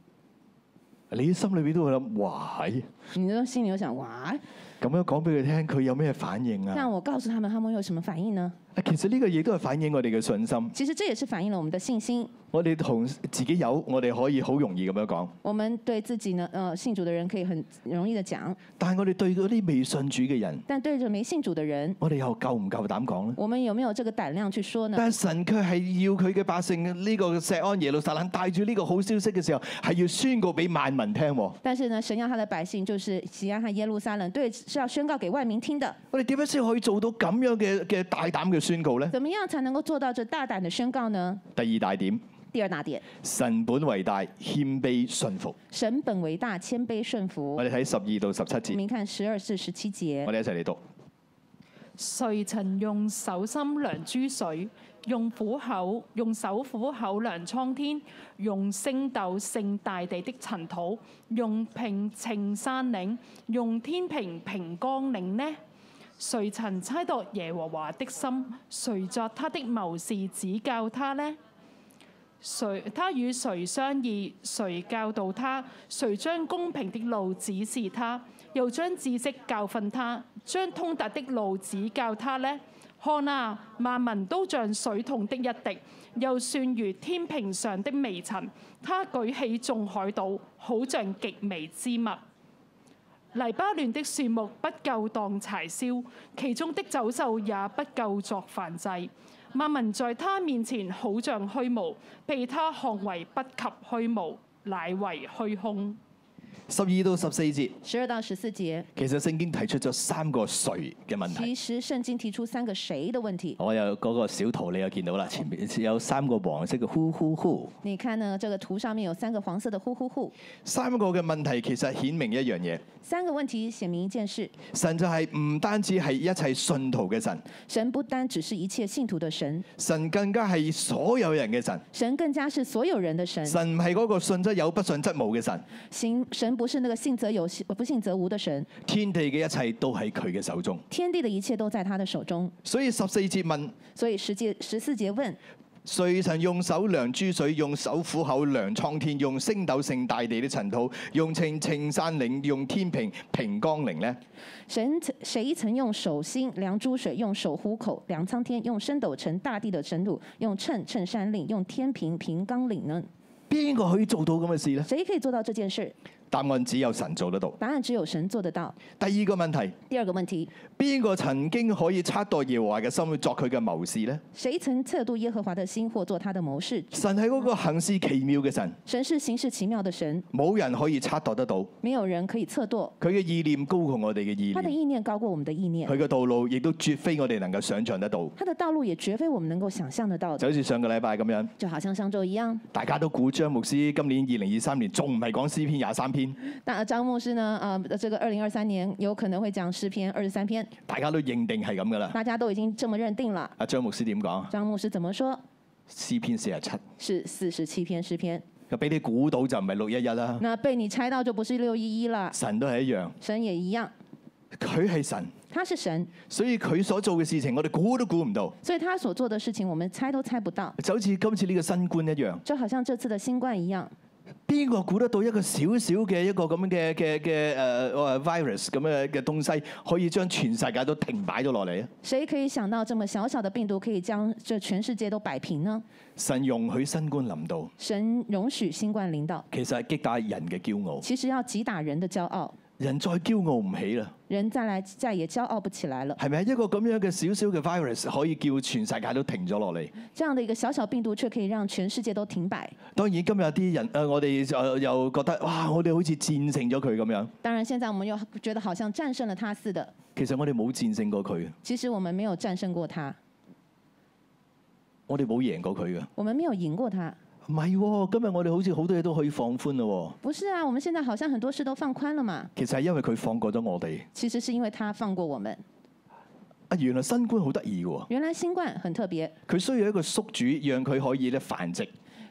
A: 你心裏邊都會諗，哇！係
B: 你就心里有想，哇，
A: 咁樣講俾佢聽，佢有咩反應啊？
B: 让我告诉他们，他们有什么反应呢？
A: 其實呢個亦都係反映我哋嘅信心。
B: 其实这也是反映了我们的信心。
A: 我哋同自己有，我哋可以好容易咁樣講，
B: 我们对自己呢，呃，信主的人可以很容易的讲，
A: 但係我哋對嗰啲未信主嘅人，
B: 但对着没信主的人，
A: 我哋又夠唔夠膽講呢？
B: 我们有没有这个胆量去说呢？
A: 但係神卻係要佢嘅百姓呢個錫安耶路撒冷帶住呢個好消息嘅時候，係要宣告俾萬民聽喎。
B: 但是呢，神要他的百姓就是西安和耶路撒冷，对，是要宣告给万民听的。
A: 我哋點樣先可以做到咁樣嘅嘅大膽嘅宣告呢？
B: 怎么样才能够做到这大胆的宣告呢？
A: 第二大點，
B: 第二大点，
A: 神本為大，謙卑順服。
B: 神本为大，谦卑顺服
A: 我。哋睇十二到十七
B: 我
A: 節，
B: 们看十二至十七节
A: 我，哋一齊嚟讀。
D: 誰曾用手心量諸水，用虎口用手虎口量蒼天，用星斗盛大地的塵土，用平稱山嶺，用天平平江嶺呢？誰曾猜度耶和華的心？誰作他的謀士指教他呢？誰他與誰商議？誰教導他？誰將公平的路指示他？又將知識教訓他？將通達的路指教他呢？看啊，萬民都像水桶的一滴，又算如天平上的微塵。他舉起眾海島，好像極微之物。黎巴嫩的樹木不夠當柴燒，其中的走獸也不夠作燔祭。萬民在他面前好像虛無，被他看為不及虛無，乃為虛空。
A: 十二到十四節，
B: 十二到十四节，
A: 其實聖經提出咗三個誰嘅問題
B: 其。实圣经提出三个谁的问题。
A: 我有嗰個小圖，你又見到啦，前面有三個黃色嘅呼呼呼。
B: 你看呢，这个图上面有三个黄色的呼呼呼，
A: 三個嘅問題其實顯明一樣嘢，
B: 三个问題显明一件事：
A: 神就係唔單止係一切信徒嘅神，
B: 神不单只是一切信徒的神，
A: 神更加係所有人嘅神。
B: 神更加是所有人的神。
A: 神唔係嗰個信則有不信則無嘅神，
B: 行神不是那个信则有，信不信则无的神。
A: 天地嘅一切都喺佢嘅手中。
B: 天地的一切都在他的手中。
A: 所以十四節問：
B: 所以十节十四节问：
A: 誰曾用手量諸水，用手虎口量蒼天，用星斗盛大地的塵土，用秤稱山嶺，用天平平江陵呢？
B: 神曾谁曾用手心量诸水，用手虎口量苍天，用升斗盛大地的尘土，用秤称山岭，用天平平纲领呢？
A: 邊個可以做到咁嘅事呢？
B: 谁可以做到这件事？
A: 答案只有神做得到。
B: 答案只有神做得到。
A: 第二個問題，
B: 第二个问题，
A: 邊個曾經可以測度耶和華嘅心去作佢嘅謀士呢？
B: 谁曾测度耶和华的心，或做他的谋士？
A: 神係嗰個行事奇妙嘅神，
B: 神是行事奇妙的神，
A: 冇人可以測度得到。
B: 没有人可以测度。
A: 佢嘅意念高過我哋嘅意
B: 他的
A: 念，
B: 意念高过我们的意念，
A: 佢嘅道路亦都絕非我哋能夠想像得到。
B: 他的道路也绝非我们能够想象得到的。
A: 就好似上個禮拜咁樣，
B: 就好像上周一样，
A: 大家都估張牧師今年二零二三年仲唔係講詩篇廿三篇，
B: 那张牧师呢？呃，这个二零二三年有可能会讲诗篇二十三篇，
A: 大家都認定係咁噶啦。
B: 大家都已经这么认定了。
A: 阿張牧師點講？
B: 张牧师怎么说？
A: 詩啊篇四十七，
B: 是四十七篇诗篇。
A: 就俾你估到就唔係六一一啦。
B: 那被你猜到就不是六一一了，
A: 神都係一樣，
B: 神也一样，
A: 佢係神，
B: 他是神，
A: 所以佢所做嘅事情我哋估都估唔到。
B: 所以他所做的事情我们猜都猜不到。
A: 就好似今次呢個新冠一樣，
B: 就好像这次的新冠一样，
A: 邊個估得到一個小小嘅一個咁嘅嘅嘅誒 virus 咁嘅嘅東西，可以將全世界都停擺咗落嚟啊？
B: 谁可以想到这么小小的病毒可以将这全世界都摆平呢？
A: 神容許新冠臨到，
B: 神容许新冠领导，
A: 其實係擊打人嘅驕傲。
B: 其实要击打人的骄傲，
A: 人再驕傲唔起啦，
B: 人再来再也骄傲不起来了。
A: 係咪？一個咁樣嘅小小嘅 virus 可以叫全世界都停咗落嚟。
B: 这样的一个小小病毒却可以让全世界都停摆。
A: 當然今日啲人誒、呃我哋就又覺得哇，我哋好似戰勝咗佢咁樣。
B: 当然，现在我们又觉得好像战胜了它似的，
A: 其實我哋冇戰勝過佢，
B: 其实我们没有战胜过它，
A: 我哋冇贏過佢嘅。
B: 我们没有赢过它。
A: 唔係喎，今日我哋好似好多嘢都可以放寬咯
B: 不是啊，我们现在好像很多事都放宽了嘛。
A: 喎。其實係因為佢放過咗我哋。
B: 其实是因为它放过我们。
A: 啊，原來新冠好得意嘅喎，
B: 原来新冠很特别，
A: 佢需要一個宿主，讓佢可以咧繁殖。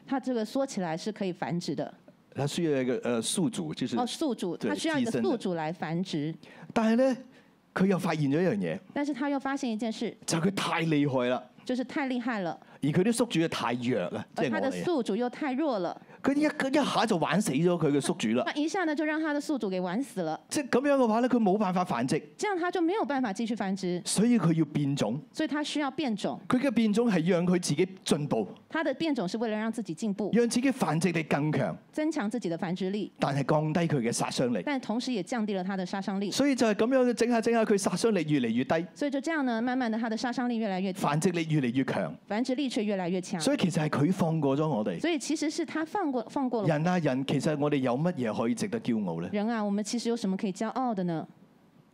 B: 它这个缩起来是可以繁殖的。
A: 它需要一個誒宿主，就是，
B: 哦，宿主，
A: 对
B: 它需要一
A: 寄
B: 个
A: 生的
B: 宿主来繁殖，
A: 但係咧，佢又發現咗一樣嘢，
B: 但是它又发现一件事，
A: 就係佢太厲害啦，
B: 就是太厉害了，
A: 而佢啲宿主又太弱啦，即
B: 而
A: 係
B: 它的
A: 我哋啊。
B: 宿主又太弱了，
A: 佢一一下就玩死咗佢嘅宿主啦。
B: 那一下呢就让他的宿主给玩死了，
A: 即係咁樣嘅話咧，佢冇辦法繁殖，
B: 这样他就没有办法继续繁殖，
A: 所以佢要變種。
B: 所以他需要变种。
A: 佢嘅變種係讓佢自己進步，
B: 他的變種是為了讓自己進步，
A: 讓自己繁殖力更強，
B: 增強自己的繁殖力，
A: 但係降低佢嘅殺傷力。
B: 但同時也降低了他的殺傷力。
A: 所以就係咁樣整下整下，佢殺傷力越嚟越低，
B: 所以就這樣呢，慢慢的他的殺傷力越來越低，
A: 繁殖力越嚟越強。
B: 繁殖力卻越來越強。
A: 所以其實係佢放過咗我哋。
B: 所以其實是他放過放過了
A: 人啊人，其實我哋有乜嘢可以值得驕傲呢？
B: 人啊，我們其實有什麼可以驕傲的呢？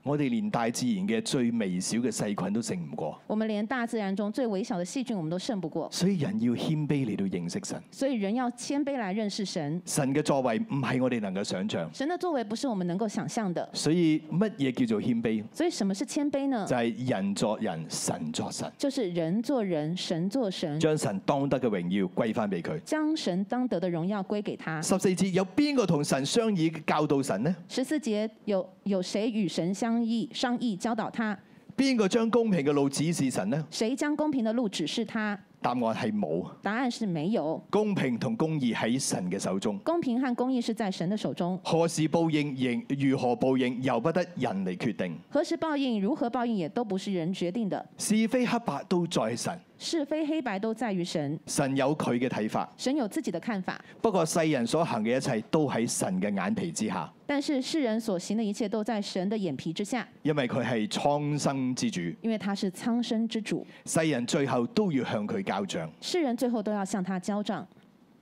A: 我哋連大自然嘅最微小嘅細菌都勝唔過，
B: 我們連大自然中最微小的細菌我們都勝不過，
A: 所以人要謙卑嚟到認識神。
B: 所以人要謙卑來認識神。
A: 神嘅作為唔係我哋能夠想像，
B: 神的作為不是我們能夠想象的，
A: 所以乜嘢叫做謙卑？
B: 所以什麼是謙卑呢
A: 就？係人作人，神作神，
B: 就是人做人，神做神，
A: 將神當得嘅榮耀歸翻俾佢。
B: 將神當得的榮耀歸給他。
A: 十四節有邊個同神商議教導神呢？
B: 十四节有有谁与神相议商议教导他？
A: 邊個將公平嘅路指示神呢？
B: 谁将公平的路指示他？
A: 答案係冇。
B: 答案是没有。
A: 公平同公義喺神嘅手中，
B: 公平和公义是在神的手中，
A: 何時報應，仍如何報應，由不得人嚟決定。
B: 何时报应、如何报应也都不是人决定的，
A: 是非黑白都在神，
B: 是非黑白都在于神。
A: 神有佢嘅睇法。
B: 神有自己的看法，
A: 不過世人所行嘅一切都喺神嘅眼皮之下，
B: 但是世人所行的一切都在神的眼皮之下，
A: 因為佢係蒼生之主，
B: 因为他是苍生之主。
A: 世人最後都要向佢交帳。
B: 世人最后都要向他交账，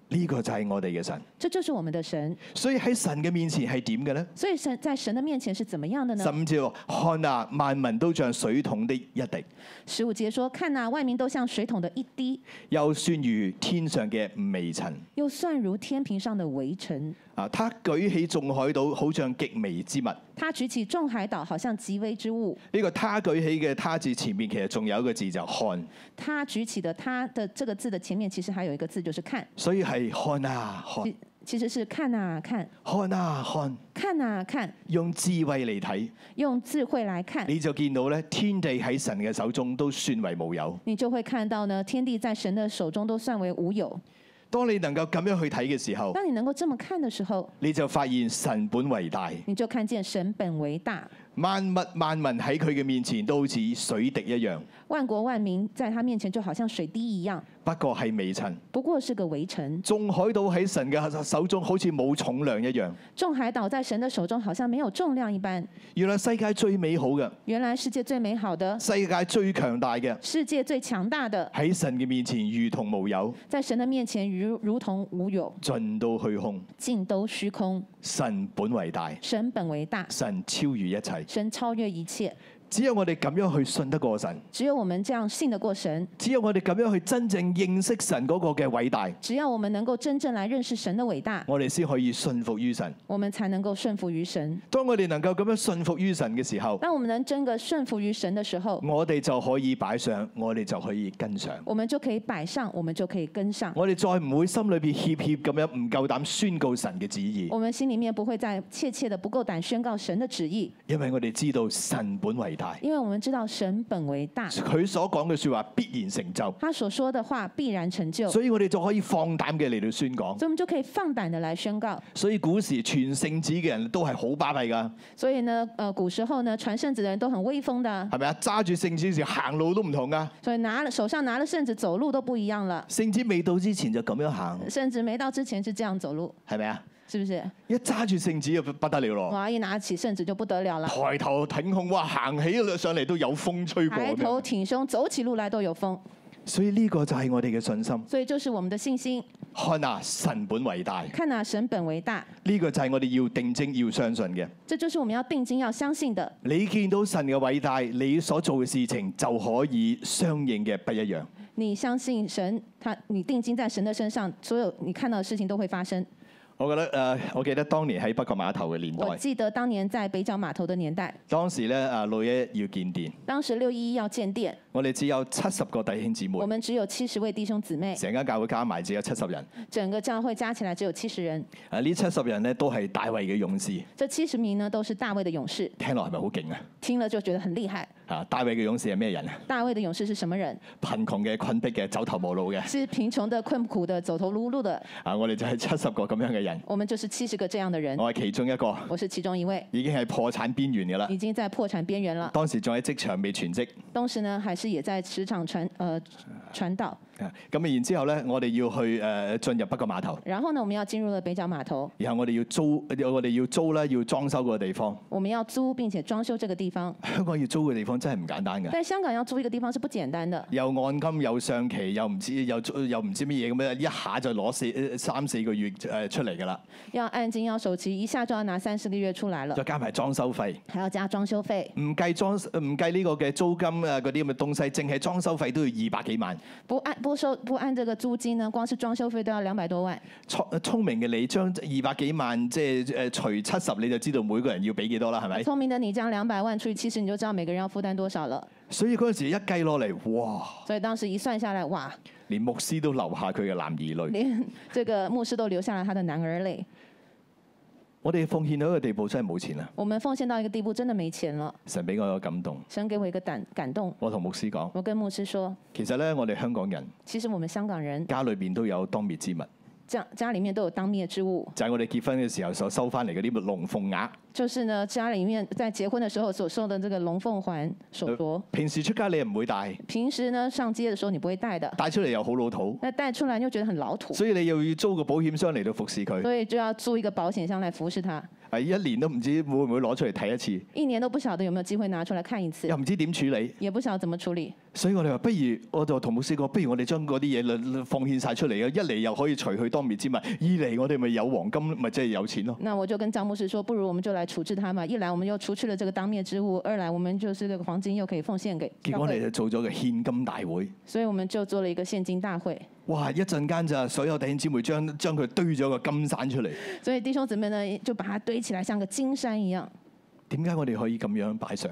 A: 呢、個就係我哋嘅神。
B: 这就是我们的神。
A: 所以喺神嘅面前係點嘅呢？
B: 所以神在神的面前是怎么样的呢
A: 十？五節喎看啊，萬民都像水桶的一滴，
B: 十五节说：“看呐、啊外面都像水桶的一滴，
A: 又算如天上嘅微塵。
B: 又算如天平上的微尘。
A: 啊，他舉起眾海島，好像極微之物。呢、
B: 他举起众海岛，好像极微之物。
A: 個他舉起嘅他字前面其實仲有一個字就看，
B: 他举起的他的这个字的前面，其实还有一个字，就是看，
A: 所以係看啊看，
B: 其其实是看呐、看，
A: 看啊看，
B: 看呐、看，
A: 用智慧嚟睇，
B: 用智慧来看，
A: 你就見到咧天地喺神嘅手中都算為無有。
B: 你就会看到呢，天地在神的手中都算为无有。
A: 當你能夠咁樣去睇嘅時候，
B: 当你能够这么看的时候，
A: 你就發現神本為大，
B: 你就看见神本为大，
A: 萬物萬民喺佢嘅面前都好似水滴一樣，
B: 万国万民在他面前就好像水滴一样，
A: 不過係微塵。
B: 不过是个微尘。
A: 眾海島喺神嘅手中好似冇重量一樣。
B: 众海岛在神的手中好像没有重量一般。
A: 原來世界最美好嘅，
B: 原来世界最美好的，
A: 世界最強大嘅。
B: 世界最强大的，
A: 喺神嘅面前如同無有，
B: 在神的面前如如同无有，
A: 盡到虛空。
B: 尽都虚空。
A: 神本為大，
B: 神本为大，
A: 神超越一切。
B: 神超越一切。
A: 只有我哋咁樣去信得過神，
B: 只有我们这样信得过神，
A: 只有我哋咁樣去真正認識神嗰個嘅偉大，
B: 只要我们能够真正来认识神的伟大，
A: 我哋先可以信服於神。
B: 我们才能够顺服于神。
A: 當我哋能夠咁樣信服於神嘅時候，
B: 当我们能真个顺服于神的时候，
A: 我哋就可以擺上，我哋就可以跟上。
B: 我们就可以摆上，我们就可以跟上。
A: 我哋再唔會心裏邊怯怯咁樣，唔夠膽宣告神嘅旨意，
B: 我们心里面不会再怯怯的不够胆宣告神的旨意，
A: 因為我哋知道神本為大，
B: 因为我们知道神本为大，
A: 佢所講嘅説話必然成就，
B: 他所说的话必然成就，所
A: 所以我哋就可以放膽嘅嚟到宣講。
B: 以我们就可以放胆的来宣告。
A: 所以古時傳聖旨嘅人都係好巴閉㗎，
B: 所以呢，呃，古时候呢，传圣旨的人都很威风的，
A: 係咪啊？揸住聖旨時行路都唔同㗎。
B: 所以拿了手上拿了圣旨走路都不一样了。
A: 聖旨未到之前就咁樣行，
B: 圣旨没到之前是这样走路，
A: 係咪啊？
B: 是不是？
A: 一揸住聖旨就不得了咯，
B: 哇！一拿起圣旨就不得了了，
A: 抬頭挺胸，哇！行起上嚟都有風吹過
B: 抬
A: 咁
B: 头
A: 樣。
B: 挺胸，走起路来都有风。
A: 所以呢個就係我哋嘅信心。
B: 所以就是我们的信心，
A: 看啊，神本為大，呢、
B: 看呐、神本为大，
A: 個就係我哋要定睛要相信嘅。
B: 这就是我们要定睛要相信的。
A: 你見到神嘅偉大，你所做嘅事情就可以相應嘅不一樣。
B: 你相信神，他你定睛在神的身上，所有你看到的事情都会发生。
A: 我覺得誒、呃我記得當年喺北角碼頭嘅年代
B: 我，记得当年在北角码头的年代，
A: 當時咧誒六一一要建殿。
B: 当时六一一要建店，
A: 呃 Tôi đã cùng với các bạn đi vào Bắc Cạn Mã Thầu. Tôi đã cùng với các bạn đi vào Bắc Cạn Mã Thầu. Tôi đã cùng với các bạn đi vào Bắc Cạn Mã Thầu. Tôi đã cùng với các bạn đi vào Bắc Cạn Mã Thầu. Tôi đã cùng với các bạn đi vào Bắc Cạn Mã Thầu. Tôi đã cùng với các bạn đi vào Bắc Cạn Mã Thầu. Tôi đã cùng với các bạn đi vào Bắc Cạn Mã Thầu. Tôi đã cùng với các bạn đi vào Bắc Cạn Mã Thầu. Tôi đã cùng với các bạn đi vào Bắc Cạn Mã Thầu. Tôi đã cùng với các bạn đi vào Bắc Cạn Mã Thầu. Tôi đã cùng với các bạn đi vào Bắc Cạn Mã Thầu. Tôi đã cùng với các bạn đi vào Bắc Cạn Mã Thầu. Tôi đã cùng với các bạn đi vào Bắc Cạn Mã Thầu. Tôi đã cùng với các bạn đi vào Bắc Cạn Mã Thầu. Tôi đã cùng với các bạn đi vào Bắc Cạn Mã Thầu. Tôi đã cùng với các bạn đi vào Bắc Cạn Mã Thầu. Tôi đã cùng 我哋只有七十個弟兄姊妹
B: 我，们只有七十位弟兄姊妹，
A: 成間教會加埋只有七十人。
B: 整个教会加起来只有七十人。
A: 啊，呢七十人咧都係大衛嘅勇士，
B: 这七十名呢，都是大卫的勇士，
A: 聽落係咪好勁啊？
B: 听了就觉得很厉害。
A: 啊，大衛嘅勇士係咩人啊？
B: 大卫的勇士是什么人？
A: 貧窮嘅、困迫嘅、走投無路嘅。
B: 是贫穷的、困苦的、走投无路的。
A: 啊，我哋就係七十個咁樣嘅人，
B: 我们就是七十个這樣的人，
A: 我係其中一個，
B: 我是其中一位，
A: 已經係破產邊緣嘅啦。
B: 已經在破產邊緣了。
A: 當時仲喺職場未全職。
B: 同時呢，還是也在职场传呃传道。
A: 啊咁然之後咧，我哋要去誒、呃、進入北角碼頭，
B: 然後呢，我們要進入了北角碼頭，
A: 然後我哋要租，我哋要租啦，要裝修個地方。
B: 我們要租並且裝修這個地方。
A: 香港要租嘅地方真係唔簡單嘅。
B: 但香港要租一個地方是不簡單的，
A: 又按金又上期又唔知又租又唔知乜嘢咁樣，一下就攞四呃三四個月誒出嚟㗎啦，
B: 要按金要首期，一下就要拿三四個月出來了
A: 再，加埋裝修費，
B: 還要加裝修費。
A: 唔計裝唔計呢個嘅租金啊嗰啲咁嘅東西，淨係裝修費都要二百幾萬。
B: 不按不收不按這個租金呢，光是裝修費都要兩百多萬。
A: 聰聰明嘅你將二百幾萬即係誒除七十，你就知道每個人要俾幾多啦，係咪？
B: 聰明的你將兩百萬除以七十，你就知道每個人要負擔多少了。
A: 所以嗰陣時一計落嚟，哇！
B: 所以當時一算下來，哇，
A: 連牧師都留下佢嘅男兒 淚。
B: 連這個牧師都流下了他的男兒淚。
A: 我哋奉獻到一個地步，真係冇錢啦！啊
B: 我們奉獻到一個地步，真的沒錢了。
A: 神俾我有感動，
B: 神給我一個感感動，
A: 我同牧師講，
B: 我跟牧師說，
A: 其實咧，我哋香港人
B: 其實我們香港人
A: 家裏邊都有當滅之物，
B: 家家裡面都有當滅之物，
A: 就係、我哋結婚嘅時候所收翻嚟嗰啲龍鳳鈪。
B: 就是呢家裡面在結婚的時候所送的這個龍鳳環、手鐲，
A: 平時出街你又唔會帶，
B: 平時呢上街的時候你不會戴的，
A: 帶出嚟又好老土，
B: 那戴出來又覺得很老土，
A: 所以你又要租個保險箱嚟到服侍佢。
B: 所以就要租一個保險箱來服侍它。
A: 係一年都唔知會唔會攞出嚟睇一 次，
B: 一年都不曉得有沒有機會拿出來看一次
A: 又，唔知點處理。
B: 也不曉得怎麼處理。
A: 所以我哋話不如，我就同牧師講，不如我哋將嗰啲嘢奉獻晒出嚟嘅，一嚟又可以除去當滅之物，二嚟我哋咪有黃金，咪即係有錢咯。
B: 那我就跟張牧師說，不如我們就來處置它嘛。一來我們又除去了這個當滅之物，二來我們就是這個黃金又可以奉獻給
A: 結
B: 教
A: 果我哋
B: 會，
A: 就做咗個獻金大會。
B: 所以我們就做了一個現金大會。
A: 哇！一陣間就所有弟兄姊妹將將佢堆咗個金山出嚟。
B: 所以弟兄姊妹呢，就把它堆起來，像個金山一樣。
A: 點解我哋可以咁樣擺上？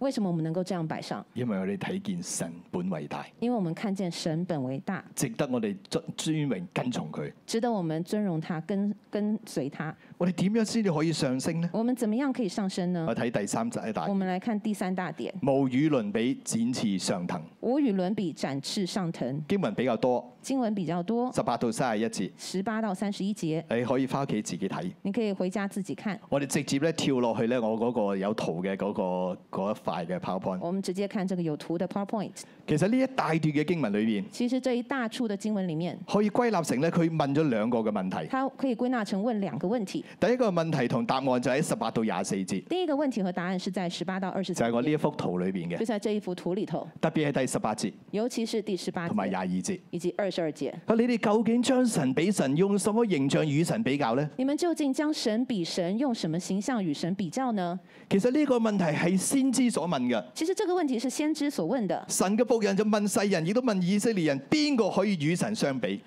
B: 為什麼我們能夠這樣擺上？
A: 因為我哋睇見神本為大，
B: 因為我們看見神本為大，
A: 值得我哋尊尊榮跟從佢。
B: 值得我們尊榮他，跟跟隨他。
A: 我哋點樣先至可以上升呢？
B: 我們怎麼樣可以上升呢
A: 我？睇第三集一大
B: 我，們來看第三大點：
A: 無與倫比，展翅上騰。
B: 無與倫比，展翅上騰。
A: 經文比較多，
B: 經文比較多，
A: 十八到三十一節，
B: 十八到三十一節，
A: 你可以翻屋企自己睇。
B: 你可以回家自己看。
A: 我哋直接咧跳落去咧，我嗰個有圖嘅嗰、個嗰一塊嘅 PowerPoint。
B: 我們直接看這個有圖的 PowerPoint。
A: 其實呢一大段嘅經文裏邊，
B: 其實這一大處的經文裡面，
A: 可以歸納成咧佢問咗兩個嘅問題。
B: 它可以歸納成問兩個問題。
A: 第一個問題同答案就喺十八到廿四節，
B: 第一個問題和答案是在十八到二十
A: 就係我呢一
B: 節，
A: 幅圖裏邊
B: 就
A: 嘅，
B: 在這一幅圖裡頭，
A: 特別係第十八節
B: 尤其是第十八
A: 同埋
B: 節
A: 廿。二節。
B: 以及二十二節。
A: 啊，你哋究竟將神比神用什麼形象與神比較呢？
B: 你們究竟將神比神用什麼形象與神比較呢？
A: 其實呢個問題係先知所問嘅。
B: 其實這個問題是先知所問的，
A: 神嘅僕人就問世人，亦都問以色列人，邊個可以與神相比？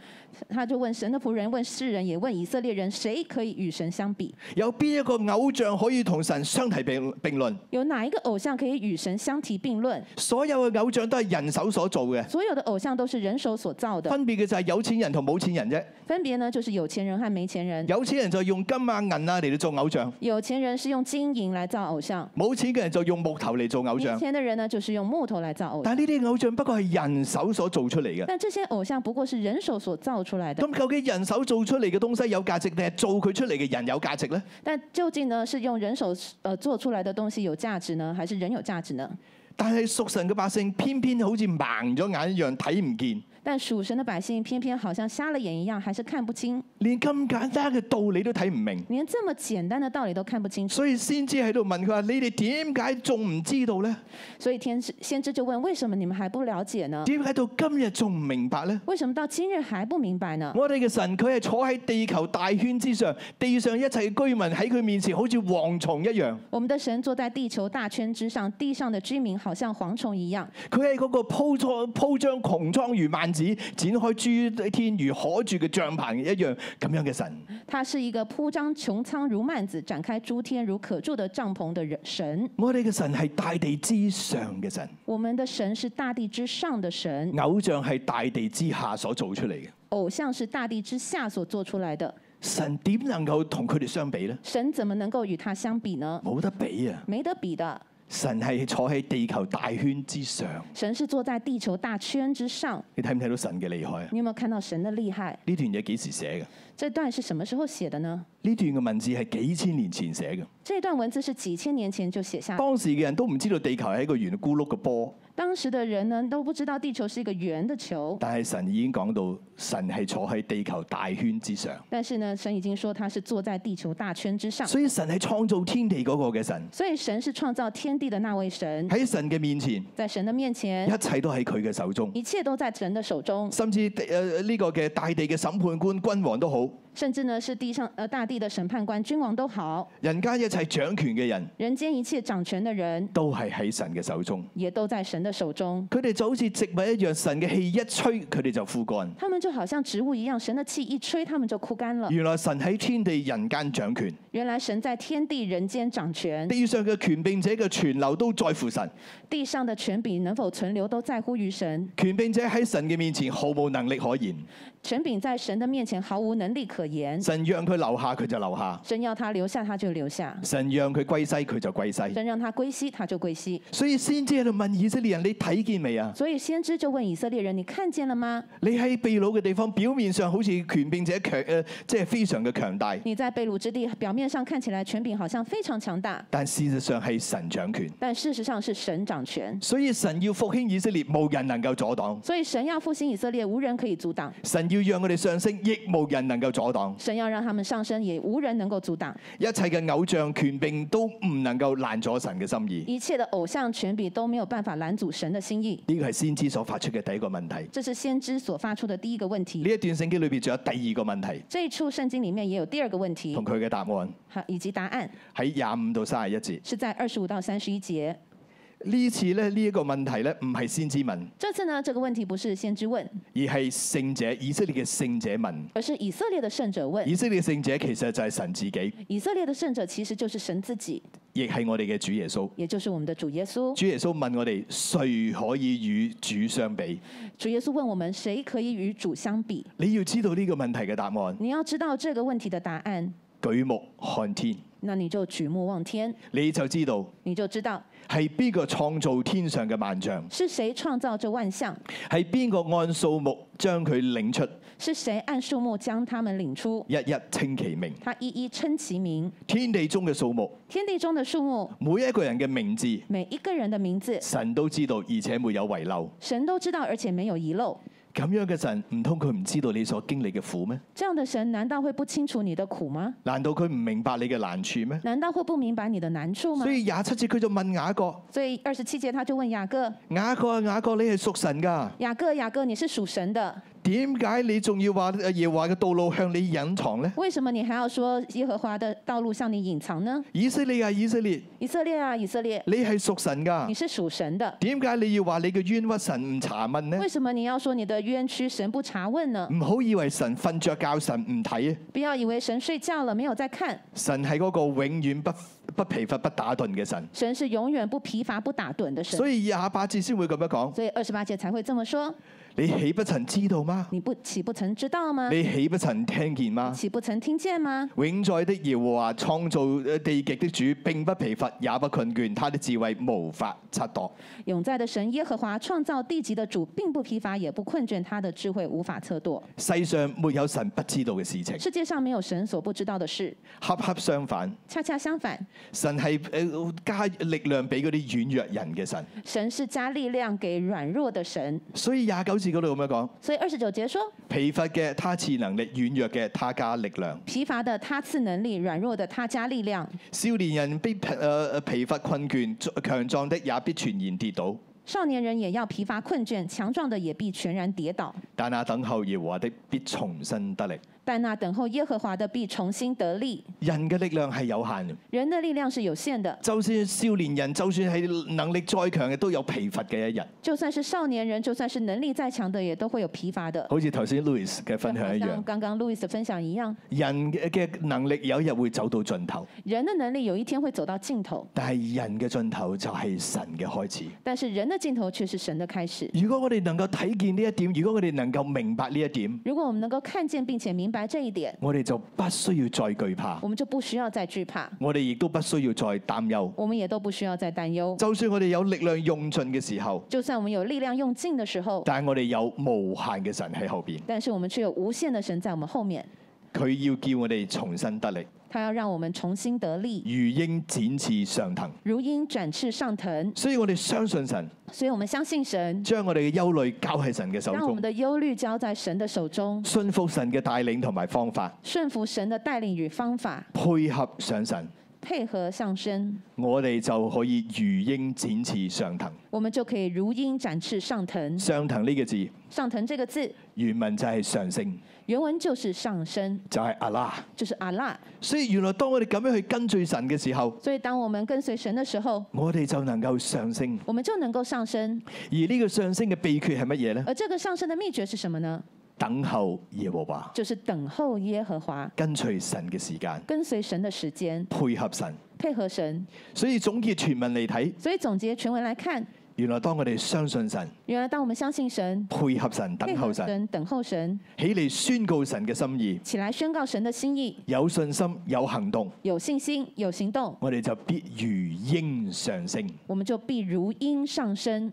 B: 他就問神的僕人，問世人，也問以色列人，誰可以與神相比？
A: 有邊一個偶像可以同神相提並並論？
B: 有哪一個偶像可以與神相提並論？
A: 所有嘅偶像都係人手所做嘅，
B: 所有的偶像都是人手所造的，
A: 分別嘅就係有錢人同冇錢人啫。
B: 分別呢就是有錢人和沒錢人。
A: 有錢人就用金啊銀啊嚟到做偶像，
B: 有錢人是用金銀來造偶像，
A: 冇錢嘅人就用木頭嚟做偶
B: 沒
A: 像。
B: 錢的人呢就是用木頭來造偶像。
A: 但係呢啲偶像不過係人手所做出嚟嘅。
B: 但這些偶像不過是人手所造出來的，
A: 咁究竟人手做出嚟嘅東西有價值，定係做佢出嚟嘅人有價值呢？
B: 但究竟呢是用人手呃做出來的東西有價值呢，還是人有價值呢？
A: 但係屬神嘅百姓偏偏好似盲咗眼一樣睇唔見，
B: 但屬神的百姓偏偏好像瞎了眼一樣，還是看不清，
A: 連咁簡單嘅道理都睇唔明。
B: 連這麼簡單的道理都看不清楚。
A: 所以先知喺度問佢話：你哋點解仲唔知道呢？
B: 所以天使先知就問：為什麼你們還不了解呢？
A: 點解到今日仲唔明白呢？
B: 為什麼到今日還不明白呢？
A: 我哋嘅神佢係坐喺地球大圈之上，地上一切居民喺佢面前好似蝗蟲一樣。
B: 我們的神坐在地球大圈之上，地上的居民好像蝗蟲一樣，
A: 佢係嗰個鋪張鋪張窮莊如萬子，展開諸天如可住嘅帳棚一樣咁樣嘅神。
B: 他是一个铺张穹苍如幔子，展开诸天如可住的帐篷的人神。
A: 我哋嘅神係大地之上嘅神，
B: 我们的神是大地之上的神，
A: 偶像係大地之下所做出嚟嘅。
B: 偶像是大地之下所做出来的。
A: 神點能夠同佢哋相比呢？
B: 神怎么能够与他相比呢？
A: 冇得比啊！
B: 没得比的。
A: 神係坐喺地球大圈之上，
B: 神是坐在地球大圈之上。
A: 你睇唔睇到神嘅厲害啊？
B: 你有没有看到神的厉害？
A: 呢段嘢幾時寫嘅？
B: 这段是什么时候写的呢？
A: 呢段嘅文字係幾千年前寫嘅。
B: 这段文字是几千年前就写下，
A: 當時嘅人都唔知道地球係一個圓咕碌嘅波，
B: 当时的人呢都不知道地球是一个圆的球，
A: 但係神已經講到，神係坐喺地球大圈之上，
B: 但是呢，神已经说他是坐在地球大圈之上，
A: 所以神係創造天地嗰個嘅神。
B: 所以神是创造天地的那位神，
A: 喺神嘅面前，
B: 在神的面前，
A: 一切都喺佢嘅手中，
B: 一切都在神的手中，
A: 甚至誒呢個嘅大地嘅審判官君王都好，
B: 甚至呢是地上呃大地的审判官、君王都好，
A: 人間一切掌權嘅人
B: 人间一切掌权的人
A: 都係喺神嘅手中。
B: 也都在神的手中。
A: 佢哋就好似植物一樣，神嘅氣一吹，佢哋就枯乾。
B: 他们就好像植物一样，神的气一吹，他们就枯干了。
A: 原來神喺天地人間掌權，
B: 原来神在天地人间掌权，
A: 地上嘅權柄者嘅存留都在乎神。
B: 地上的权柄能否存留都在乎于神，
A: 權柄者喺神嘅面前毫無能力可言，
B: 权柄在神的面前毫無能力可言。
A: 神讓佢留下佢就留下，
B: 神要他留下，他就留下；
A: 神讓佢歸西佢就歸西。
B: 神讓他歸西，他就歸西。
A: 所以先知喺度問以色列人：你睇見未啊？
B: 所以先知就問以色列人：你看見了嗎？
A: 你喺秘魯嘅地方，表面上好似權柄者強誒、呃即係非常嘅強大，
B: 你在被掳之地，表面上看起來權柄好像非常強大，
A: 但事實上係神掌權。
B: 但事實上是神掌權。
A: 所以神要復興以色列，無人能夠阻擋；
B: 所以神要復興以色列，無人可以阻擋；
A: 神要讓佢哋上升，亦無人能夠阻擋。
B: 神要讓他們上升，也無人能夠阻擋。
A: 一切嘅偶像權柄都唔能夠攔阻神嘅心意。
B: 一切的偶像權柄都沒有辦法攔阻神的心意。
A: 呢個係先知所發出嘅第一個問題。呢
B: 這是先知所發出的第一個問題。
A: 一段聖經裏邊仲有第二個問題
B: 這一處聖經裡面也有第二個問題
A: 同，佢嘅答案
B: 好以及答案
A: 喺廿五到三十一節。
B: 是在二十五到三十一節。
A: 呢次咧呢一個問題咧唔係先知問，
B: 這次呢，這個問題不是先知問，
A: 而係聖者以色列嘅聖者問。
B: 而是以色列的聖者問。
A: 以色列嘅聖者其實就係神自己，
B: 以色列的聖者其實就是神自己，
A: 亦係我哋嘅主耶穌。
B: 也就是我們的主耶穌。
A: 主耶穌問我哋：誰可以與主相比？
B: 主耶穌問我們，誰可以與主相比？
A: 你要知道呢個問題嘅答案。
B: 你要知道這個問題的答案，
A: 舉目看天，
B: 那你就舉目望天，
A: 你就知道
B: 你就知道
A: 係邊個創造天上嘅萬象。
B: 是誰創造這萬象，
A: 係邊個按數目將佢領出，
B: 是誰按數目將他們領出，
A: 一一稱其名。
B: 他一一稱其名。
A: 天地中嘅數目，
B: 天地中的數目，
A: 每一個人嘅名字，
B: 每一個人的名字，
A: 神都知道，而且沒有遺漏。
B: 神都知道，而且沒有遺漏。
A: 咁樣嘅神，唔通佢唔知道你所經歷嘅苦咩？
B: 這樣的神難道會不清楚你的苦嗎？
A: 難道佢唔明白你嘅難處咩？
B: 難道會不明白你的難處嗎
A: 所？以廿七節佢就問雅各：
B: 所以二十七節他就問雅各：
A: 雅各啊，雅各，你係屬神㗎，
B: 雅各，雅各，你是屬神的，
A: 點解你仲要話呃耶和華嘅道路向你隱藏呢？
B: 為什麼你還要說耶和華的道路向你隱藏呢？
A: 以色列啊，以色列，
B: 以色列啊，以色列，
A: 你係屬神
B: 你
A: 㗎，
B: 是屬神的，
A: 點解你要話你嘅冤屈神唔查問呢？
B: 為什麼你要說你的冤屈神不查問呢？
A: 唔好以為神瞓着覺，神唔睇啊！
B: 不要以為神睡覺了沒有在看，
A: 神係嗰個永遠不不疲乏、不打盹嘅神，
B: 神是永遠不疲乏不打盹的神
A: 所。以廿八節先會咁樣講：
B: 所以二十八節才會這麼說，
A: 你豈不曾知道嗎？
B: 你不豈不曾知道嗎
A: 你？豈不曾聽見嗎？
B: 豈不曾聽見嗎？
A: 永在的耶和華創造地極的主，並不疲乏，也不困倦，他的智慧無法測度。
B: 永在的神耶和華創造地極的主，並不疲乏，也不困倦，他的智慧無法測度。
A: 世上沒有神不知道嘅事情，
B: 世界上沒有神所不知道的事，
A: 恰恰相反，
B: 恰恰相反，
A: 神係呃加力量俾嗰啲軟弱人嘅神。
B: 神是加力量給軟弱的神。
A: 所以廿九節嗰度咁樣講：
B: 所以二十九節說，
A: 疲乏嘅他賜能力，軟弱嘅他加力量。
B: 疲乏的他賜能力，軟弱的他加力量。
A: 少年人必疲呃疲乏困倦，強壯的也必全然跌倒。
B: 少年人也要疲乏困倦，強壯的也必全然跌倒。
A: 但那等候耶和華的必重新得力。
B: 但那等候耶和华的必重新得力。
A: 人嘅力量係有限嘅，
B: 人的力量是有限的，
A: 就算少年人，就算係能力再強嘅，都有疲乏嘅一日。
B: 就算是少年人，就算是能力再强的，也都会有疲乏的。
A: 好似頭先 Louis 嘅分享一
B: 就好像
A: 樣，
B: 刚刚 Louis 的分享一样，
A: 人嘅嘅能力有一日會走到盡頭，
B: 人的能力有一天会走到尽头，
A: 但係人嘅盡頭就係神嘅開始。
B: 但是人的尽头却是神的开始。
A: 如果我哋能夠睇見呢一點，如果我哋能夠明白呢一點，
B: 如果我们能够看见并且明白这一点，
A: 我哋就不需要再懼怕
B: 我，们就不需要再惧怕，
A: 我哋亦都不需要再擔憂。
B: 我们也都不需要再担忧。
A: 就算我哋有力量用盡嘅時候，
B: 就算我们有力量用尽的时候，
A: 但係我哋有無限嘅神喺後邊，
B: 但是我们却有无限的神在我们后面，
A: 佢要叫我哋重新得力，
B: 他要让我们重新得力，
A: 如鷹展翅上騰。
B: 如鹰展翅上腾。
A: 所以我哋相信神，
B: 所以我们相信神，
A: 將我哋嘅憂慮交喺神嘅手
B: 让我
A: 中
B: 们，的忧虑交在神的手中，
A: 信服神嘅帶領同埋方法，
B: 顺服神的带领与方法，
A: 配合上神，
B: 配合上升，
A: 我哋就可以如鷹展翅上騰。
B: 我们就可以如鹰展翅上腾。
A: 上騰呢個字
B: 上腾这个字
A: 原文就係上升，
B: 原文就是上升，
A: 就係阿拉。
B: 就是阿拉。
A: 所以原來當我哋咁樣去跟隨神嘅時候，
B: 所以当我们跟随神的时候，
A: 我哋就能夠上升。
B: 我们就能够上升。
A: 而呢個上升嘅秘訣係乜嘢呢？
B: 而这个上升的秘诀是什么呢？
A: 等候耶和華，
B: 就是等候耶和华，
A: 跟隨神嘅時間，
B: 跟随神的时间，
A: 配合神。
B: 配合神。
A: 所以總結全文嚟睇，
B: 所以总结全文来看，
A: 原來當我哋相信神、
B: 原来当我们相信神、
A: 配合神、等
B: 配
A: 候
B: 合
A: 神，
B: 神、等候神，
A: 起嚟宣告神嘅心意，
B: 起来宣告神的心意，
A: 有信心、有行動，
B: 有信心、有行动，
A: 我哋就必如鷹上升。
B: 我们就必如鹰上升。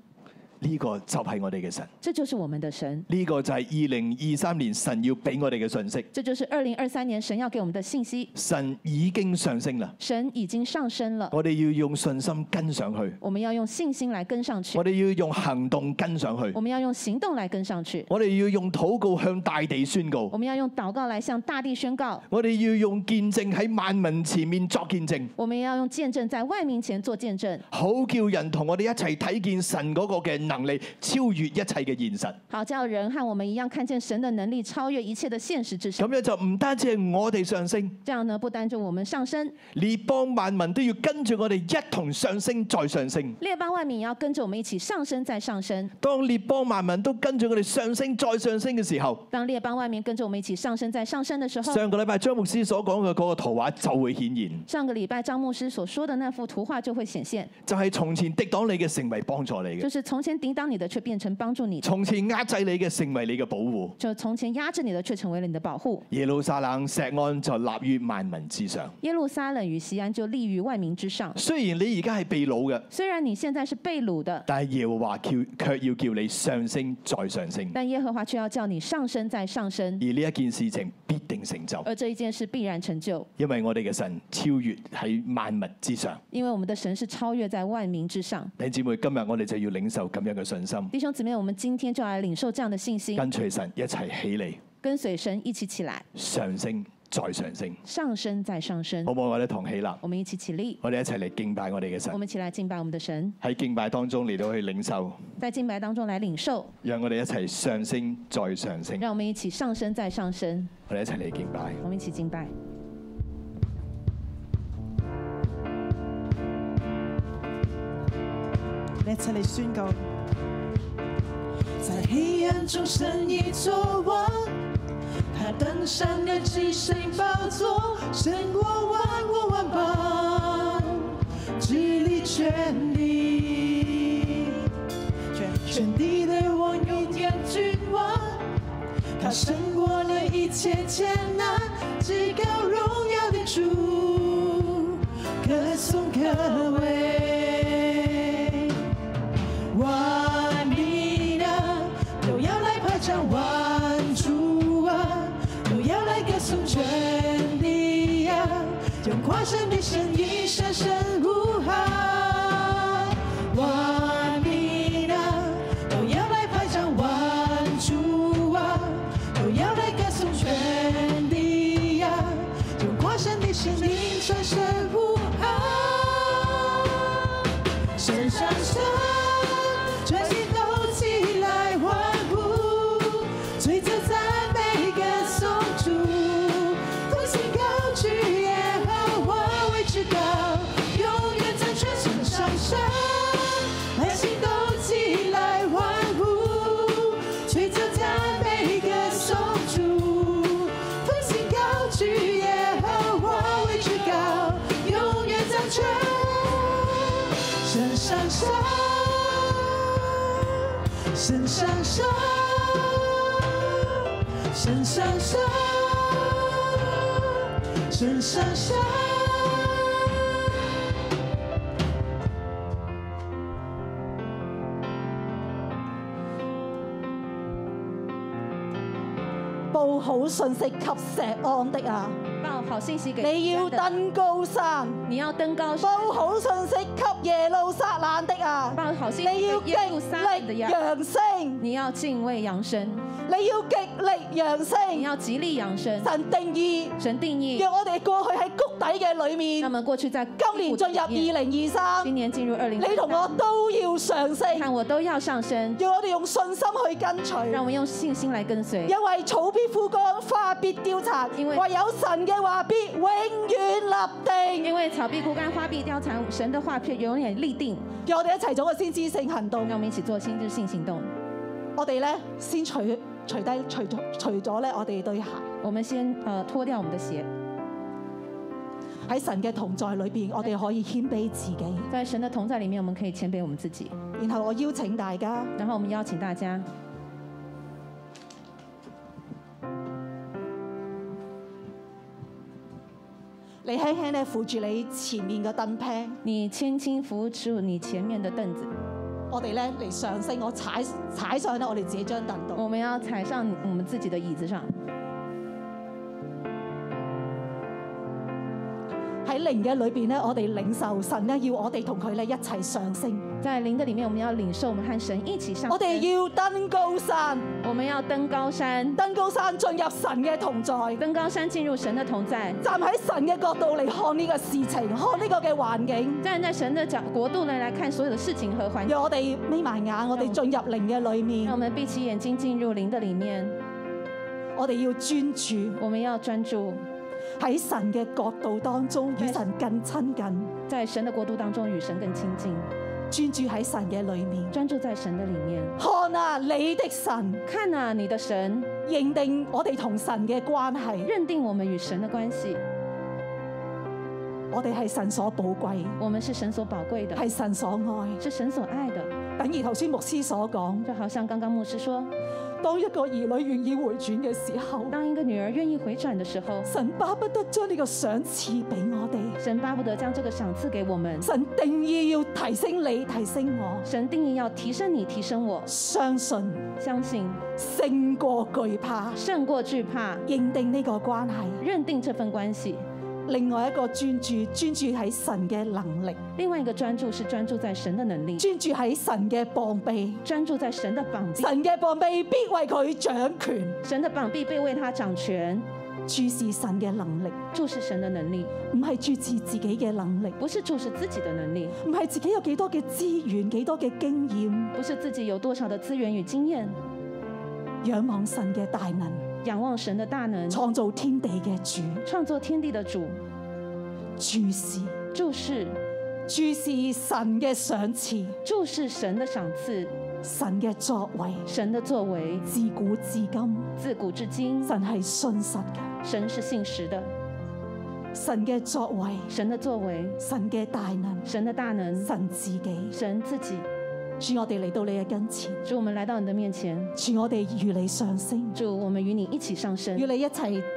A: 呢、個就係我哋嘅神，
B: 这就是我们的神，
A: 呢、個就係二零二三年神要俾我哋嘅信息。
B: 这就是二零二三年神要给我们的信息。
A: 神已經上升啦，
B: 神已经上升了，
A: 我哋要用信心跟上去。
B: 我们要用信心来跟上去
A: 我，哋要用行動跟上去
B: 我，们要用行动来跟上去，
A: 我哋要用禱告向大地宣告
B: 我，们要用祷告来向大地宣告，
A: 我哋要用見證喺萬民前面作見證，
B: 我们要用见证在外面前做见证，
A: 好叫人同我哋一齊睇見神嗰個嘅能力，超越一切嘅現實。
B: 好叫人和我们一样看见神的能力超越一切的现实之上。
A: 咁樣就唔單止係我哋上升，
B: 这样呢，不单就我们上升，
A: 列邦萬民都要跟住我哋一同上升再上升。
B: 列邦外面也要跟着我们一起上升再上升。
A: 當列邦萬民都跟住我哋上升再上升嘅時候，
B: 当列邦外面跟着我们一起上升再上升的时候，
A: 上個禮拜張牧師所講嘅嗰個圖畫就會顯現，
B: 上个礼拜张牧师所说的那幅图画就会显现，
A: 就係從前敵擋你嘅成為幫助你嘅
B: 就，是从前抵挡你的却变成帮助你的，
A: 從前壓制你嘅成為你嘅保護。
B: 就从前压制你的却成为了你的保护。
A: 耶路撒冷石安就立於萬民之上。
B: 耶路撒冷与西安就立于万民之上。
A: 雖然你而家係被擄嘅，
B: 虽然你现在是被掳的，
A: 但係耶和華叫卻要叫你上升再上升，而呢
B: 但耶和华却要叫你上升再上升，
A: 一件事情必定成就，
B: 而这一件事必然成就，
A: 因為我哋嘅神超越喺萬物之上。
B: 因为我们的神是超越在万民之上。
A: 弟兄姊妹，今日我哋就要領受咁樣嘅信心，
B: 弟兄姊妹，我们今天就来领受这样的信心，
A: 跟隨神一齊起嚟
B: 跟随神一起起来，
A: 上升再上升，
B: 上升再上升
E: 嗯
A: 好。唔好？我哋同起立，
B: 我们一起起立，
A: 我哋一齊嚟敬拜我哋嘅
B: 我
A: 神，
B: 们一起来敬拜我们的神，
A: 喺敬拜當中嚟到去領受，
B: 在敬拜当中来领受，
A: 讓我哋一齊上升再上升，
B: 让我们一起上升再上升。
A: 我哋一齊嚟敬拜。
B: 我们一起敬拜。
F: 你一齐嚟宣告，
G: 在黑暗中神已作王，他登上了至圣宝座，胜过万国万邦，治理全地，全地的王有天君王，他胜过了一切艰难，至高荣耀的主，可颂可畏。万民啊，都要来拍掌；万主啊，都要来歌颂全地啊，用夸声的声音声声呼喊。万民啊，都要来拍掌；万主啊，都要来歌颂全地啊，用夸声的声音声声呼喊。神上神，全心都起来欢呼，追着赞美歌颂主。上升，神上升，神上升，神上升。
F: 報好信息給錫安的啊！
B: 报好信息给
F: 你要
B: 登，
F: 登高山，
B: 你要登高山，
F: 報好信息給耶路撒冷的啊！
B: 报好信息
F: 你要
B: 给
F: 極
B: 耶路撒冷的
F: 力
B: 羊，
F: 揚升，
B: 你要敬畏扬声，
F: 你要極力揚
B: 你
F: 升。
B: 要极力扬声。
F: 神定義，
B: 神定义，
F: 讓我哋過去喺谷底嘅裏
B: 那
F: 面，
B: 么过去在
F: 今年進入二
B: 2023，
F: 零二三，
B: 今年進入二零，
F: 你同我都要上升，
B: 看我都要上升，
F: 要我哋用信心去跟
B: 让
F: 隨。
B: 我们用信心来跟随。
F: 因為草必枯乾，花必凋殘，
B: 因為
F: 唯有神嘅話必永遠立定。
B: 因为草必枯干，花必凋残，神的话却永远立定。
F: 讓我哋一齊做個先知性行動啊
B: 让。我们一起做心智性行动。
F: 我哋咧先除除低除咗除咗咧我哋對鞋
B: 我们先呃脱掉我们的鞋，
F: 喺神嘅同在裏邊，我哋可以謙卑自己。
B: 在神的同在里面，我们可以谦卑我们自己。
F: 然後我邀請大家，
B: 然后我们邀请大家，
F: 你輕輕咧扶住你前面嘅凳 p
B: 你轻轻扶住你前面的凳子，
F: 我哋咧嚟上升，我踩踩上咧我哋自己張凳度。
B: 我们要踩上我们自己的椅子上。
F: 喺靈嘅裏邊咧，我哋領受神咧要我哋同佢咧一齊上升，
B: 在灵的里面，我们要领受我们和神一起上升。
F: 我哋要登高山，
B: 我们要登高山，
F: 登高山進入神嘅同在，
B: 登高山进入神的同在，
F: 站喺神嘅角度嚟看呢個事情，看呢個嘅環境。
B: 站在神的角国度呢来看所有的事情和环境。
F: 讓我哋眯埋眼，我哋進入靈嘅裏面
B: 让。我们闭起眼睛进入灵的里面，
F: 我哋要專注
B: 我们要专注
F: 喺神嘅角度當中，與神更親近，
B: 在神的国度当中与神更亲近，
F: 專注喺神嘅裏面。
B: 专注在神的里面。
F: 看啊，你的神
B: 看啊，你的神
F: 認定我哋同神嘅關係，
B: 认定我们与神的关系，
F: 我哋係神所寶貴，
B: 我们是神所宝贵的，
F: 係神所愛。
B: 是神所愛的。
F: 等如頭先牧師所講，
B: 就好像刚刚牧师说，
F: 當一個兒女願意回轉嘅時候，
B: 当一个女儿愿意回转的时候，
F: 神巴不得將呢個賞賜俾我哋。
B: 神巴不得将这个赏赐给我们。
F: 神定義要提升你，提升我，
B: 神定义要提升你，提升我，
F: 相信
B: 相信
F: 勝過懼怕，
B: 胜过惧怕，
F: 認定呢個關係。
B: 认定这份关系。
F: 另外一個專注，專注喺神嘅能力，
B: 另外一个专注是专注在神的能力，
F: 專注喺神嘅膀臂。
B: 专注在神的膀臂，
F: 神嘅膀臂必為佢掌權，
B: 神的膀臂被为他掌权，
F: 注視神嘅能力，
B: 注视神的能力，
F: 唔係注視自己嘅能力，
B: 不是注视自己的能力，
F: 唔係自己有幾多嘅資源、幾多嘅經驗，
B: 不是自己有多少的资源与经验，
F: 仰望神嘅大能，
B: 仰望神的大能，
F: 創造天地嘅主，
B: 创作天地的主，
F: 注視
B: 注视
F: 注視神嘅賞賜，
B: 注视神的赏赐，
F: 神嘅作為。
B: 神的作为，
F: 自古至今，
B: 自古至今，
F: 神係信實嘅，
B: 神是信实的，
F: 神嘅作為，
B: 神的作为，
F: 神嘅大能，
B: 神的大能，
F: 神自己。
B: 神自己。
F: 主，我哋嚟到你嘅跟前，
B: 主，我们来到你的面前，
F: 主，我哋與你上升，
B: 主，我们与你一起上升
F: 與，你一齊展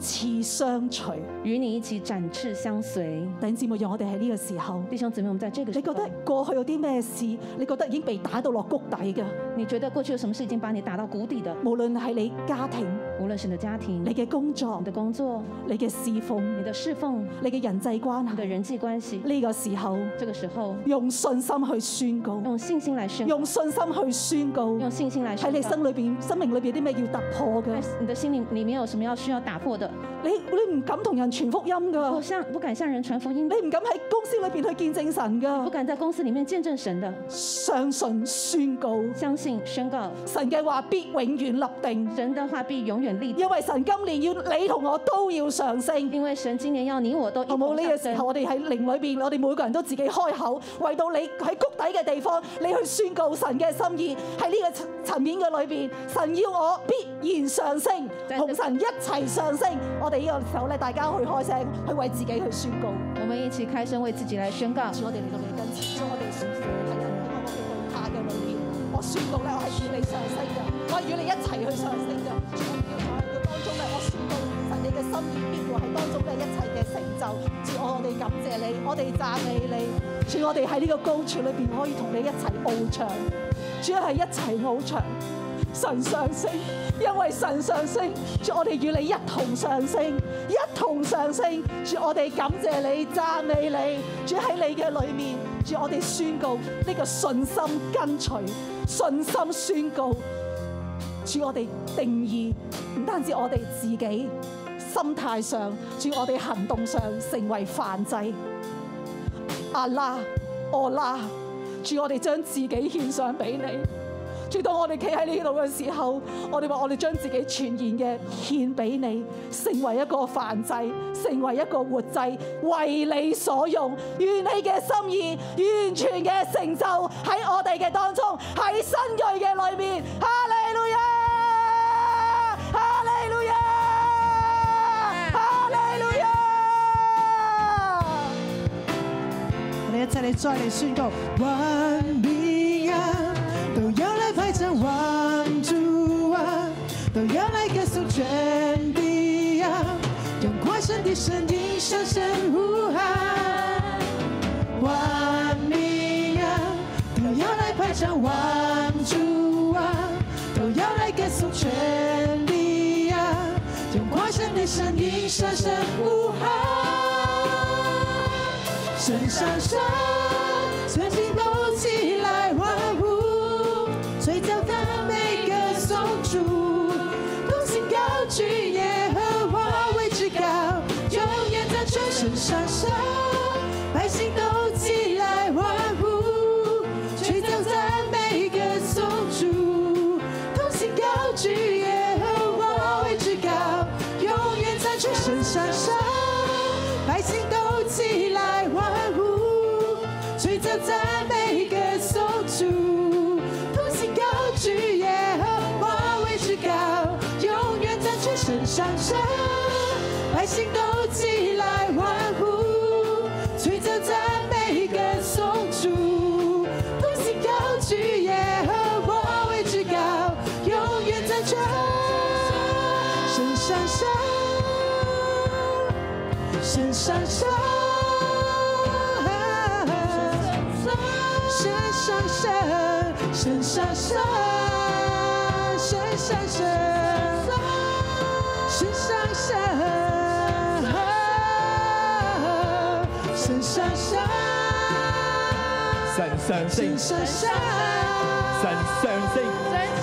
F: 翅相隨。
B: 与你一起展翅相随。
F: 弟兄姊妹，讓我哋喺呢個時候，
B: 弟兄姊妹，我们在这个时
F: 你
B: 候
F: 覺得過去有啲咩事，你覺得已經被打到落谷底嘅，
B: 你觉得过去有什么事已经把你打到谷底的？
F: 無論係你家庭、
B: 无论是你的家庭、
F: 你嘅工作
B: 你、的工作、
F: 你嘅侍奉
B: 你、的侍奉、
F: 你嘅人際關
B: 你的
F: 係，
B: 人际关系，
F: 呢個時候
B: 这个时候
F: 用信心去宣告，
B: 用信心来宣，
F: 用信心去宣告，
B: 用信心来
F: 喺
B: 宣
F: 你
B: 告。
F: 生裏邊、生命裏邊啲咩要突破嘅，
B: 在你的心里里面有什么要需要打破的？
F: 你你唔敢同人傳福音
B: 我
F: 㗎，
B: 向不敢向人传福音的，
F: 你唔敢喺公司裏邊去見證神㗎
B: 不。敢在公司里面见证神的，
F: 相信宣告，
B: 相信宣告
F: 神嘅話必永遠立定。
B: 神的话必永远立定。
F: 因為神今年要你同我都要上升。
B: 因为神今年要你我都一
F: 好冇
B: 同
F: 呢個
B: 上
F: 時候，
B: 升。
F: 我哋喺靈裏邊，我哋每個人都自己開口，為到你喺谷底嘅地方，你去宣告神嘅心意。喺呢個層層面嘅裏邊，神要我必然上升，
B: 真係
F: 同神一齊上升。我哋呢個時候咧，大家去開聲，去為自己去宣告。
B: 我们一起开声为自己来宣告。
F: 主，我哋嚟到你跟前，主，我哋宣告喺人喺我哋懼怕嘅裏邊，我宣告咧，我係與你上升嘅，我係與你一齊去上升嘅。主，我叫我喺佢當中咧，我宣告神你嘅心意必要喺當中咧一切嘅成就。主，我哋感謝你，我哋讚美你。主，我哋喺呢個高處裏邊可以同你一齊翱翔，主係一齊翱翔。神上升，因為神上升，主我哋與你一同上升，一同上升，主我哋感謝你，讚美你，主喺你嘅裏面，主我哋宣告呢個信心跟隨，信心宣告，主我哋定義，唔單止我哋自己心態上，主我哋行動上成為範制。阿拉，我拉，主我哋將自己獻上俾你。主當我哋企喺呢度嘅時候，我哋話我哋將自己全然嘅獻俾你，成為一個燔祭，成為一個活祭，為你所用。願你嘅心意完全嘅成就喺我哋嘅當中，喺新锐嘅裏面。哈利路亞！哈利路亞！哈利路亞！
G: 我哋一齊嚟再嚟宣告，完必啊，都要来拍掌，one two 啊，都要来歌颂全地啊，用过声的声音向神呼喊，完必啊，都要来拍掌，one two 啊，都要来歌颂全地啊，用过声的声音向神呼喊。身上身，全心都起来欢呼，吹奏赞美歌颂主，同心高举耶和华为至高，永远在全身上身，百姓都起来欢呼，吹奏赞美歌颂主，同心高举耶和华为至高，永远在全身上身。百姓都起来欢呼，吹奏赞美歌颂主，同心高举耶和华为至高，永远在全身上升。百姓都起来欢呼，吹奏赞美歌颂主，同心高举耶和华为至高，永远在全身上升。神上升，神上升，神上升，神上升，神上升，神上升，
A: 神上升
G: 神，上升，
A: 神上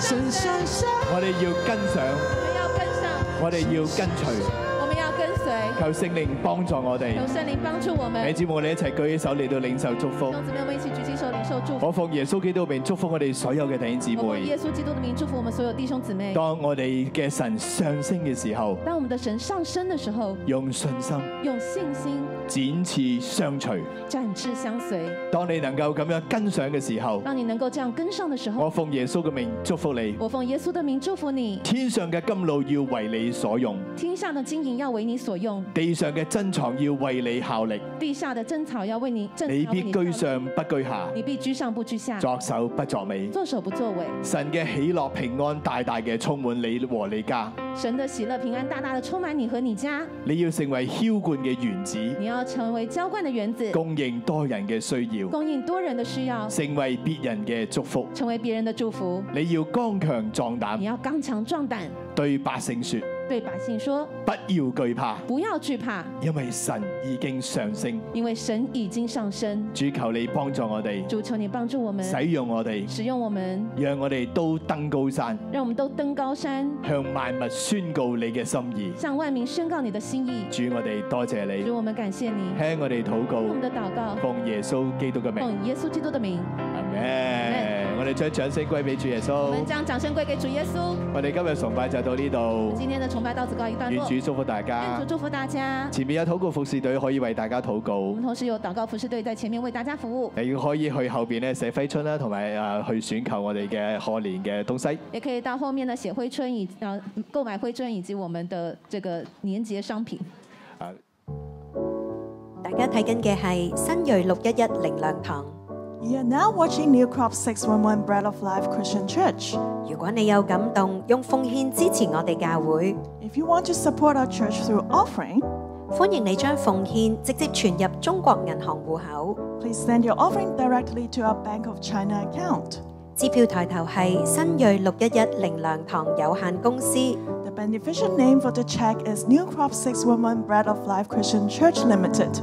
A: 升，
G: 神上升，
A: 我哋要跟上，
E: 我们要跟上，
A: 我哋要跟隨。
E: 我们要跟随，
A: 求聖靈幫助我哋。
E: 求圣灵帮助我
A: 弟兄
E: 们。
A: 姊妹，我哋一齊舉起手嚟到領受祝福
E: 弟。兄姊妹，我们一起举起手，领受祝福。
A: 我奉耶穌基督嘅名祝福我哋所有嘅弟兄姊
E: 我奉耶
A: 妹。
E: 稣基督的名祝福我们所有弟兄姊妹。
A: 當我哋嘅神上升嘅時候，
E: 当我们的神上升的时候，
A: 用信心
E: 用信心
A: 展翅相隨。
E: 展翅相随。
A: 當你能夠咁樣跟上嘅時候，
E: 当你能够这样跟上的时候，
A: 我奉耶穌嘅名祝福你。
E: 我奉耶稣的名祝福你，
A: 天上嘅甘露要為你所用，
E: 天上的金银要为你所用，
A: 地上嘅珍藏要為你效力。
E: 地下的珍草要为你正
A: 你
E: 要为
A: 必
E: 你
A: 居
E: 效力
A: 上不居下，
E: 你必居上不居下，
A: 作首不作尾。
E: 作首不作尾。
A: 神嘅喜樂平安大大嘅充滿你和你家。
E: 神的喜乐平安大大的充满你和你家，
A: 你要成為轎冠嘅原子，
E: 你要成为浇灌的园子，
A: 供應多人嘅需要，
E: 供应多人的需要，
A: 成為別人嘅祝福。
E: 成为别人的祝福。
A: 你要剛強壯
E: 你
A: 膽，
E: 要刚强壮胆，
A: 對百姓說：
E: 对百姓说：
A: 不要懼怕，
E: 不要惧怕，
A: 因為神已經上升。
E: 因为神已经上升。
A: 主求你幫助我哋，
E: 主求你帮助我们，
A: 使用我哋，
E: 使用我们，
A: 讓我哋都登高山，
E: 让我们都登高山，
A: 向萬物宣告你嘅心意。
E: 向万民宣告你的心意。
A: 主，我哋多謝你，
E: 主，我们感谢你。
A: 聽我哋禱
E: 我
A: 告
E: 们，的祷告，
A: 奉耶穌基督嘅名，
E: 奉耶稣基督的名。
A: 阿門。我哋將掌聲歸俾主耶
B: 我
A: 穌
B: 们。将掌声归给主耶稣。
A: 我哋今日崇拜就到呢度，
B: 今天的崇拜到此告一段
A: 願
B: 落，
A: 主祝福大
B: 愿
A: 家
B: 主。祝福大家。
A: 前面有禱告服侍隊可以為大家禱
B: 我
A: 告
B: 们，同时有祷告服侍队在前面为大家服务，
A: 你亦可以去後邊咧寫揮春啦，同埋誒去選購我哋嘅賀年嘅東西。
B: 也可以到后面呢写挥春以呃购买徽春以及我们的这个年节商品。
A: 啊
H: 大家睇緊嘅係新锐六一一靈糧堂。
G: You are now watching New Crop 611 Bread of Life Christian Church.
H: 如果你有感動，用奉獻支持我哋教會，
G: If you want to support our church through offering,
H: 歡迎你將奉獻直接存入中國銀行户口。
G: please send your offering directly to our Bank of China account.
H: 支票抬頭係新锐六一一靈糧堂有限公司，
G: The beneficial name for the check is New Crop 611 Bread of Life Christian Church Limited.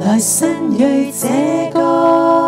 I: 來新锐這個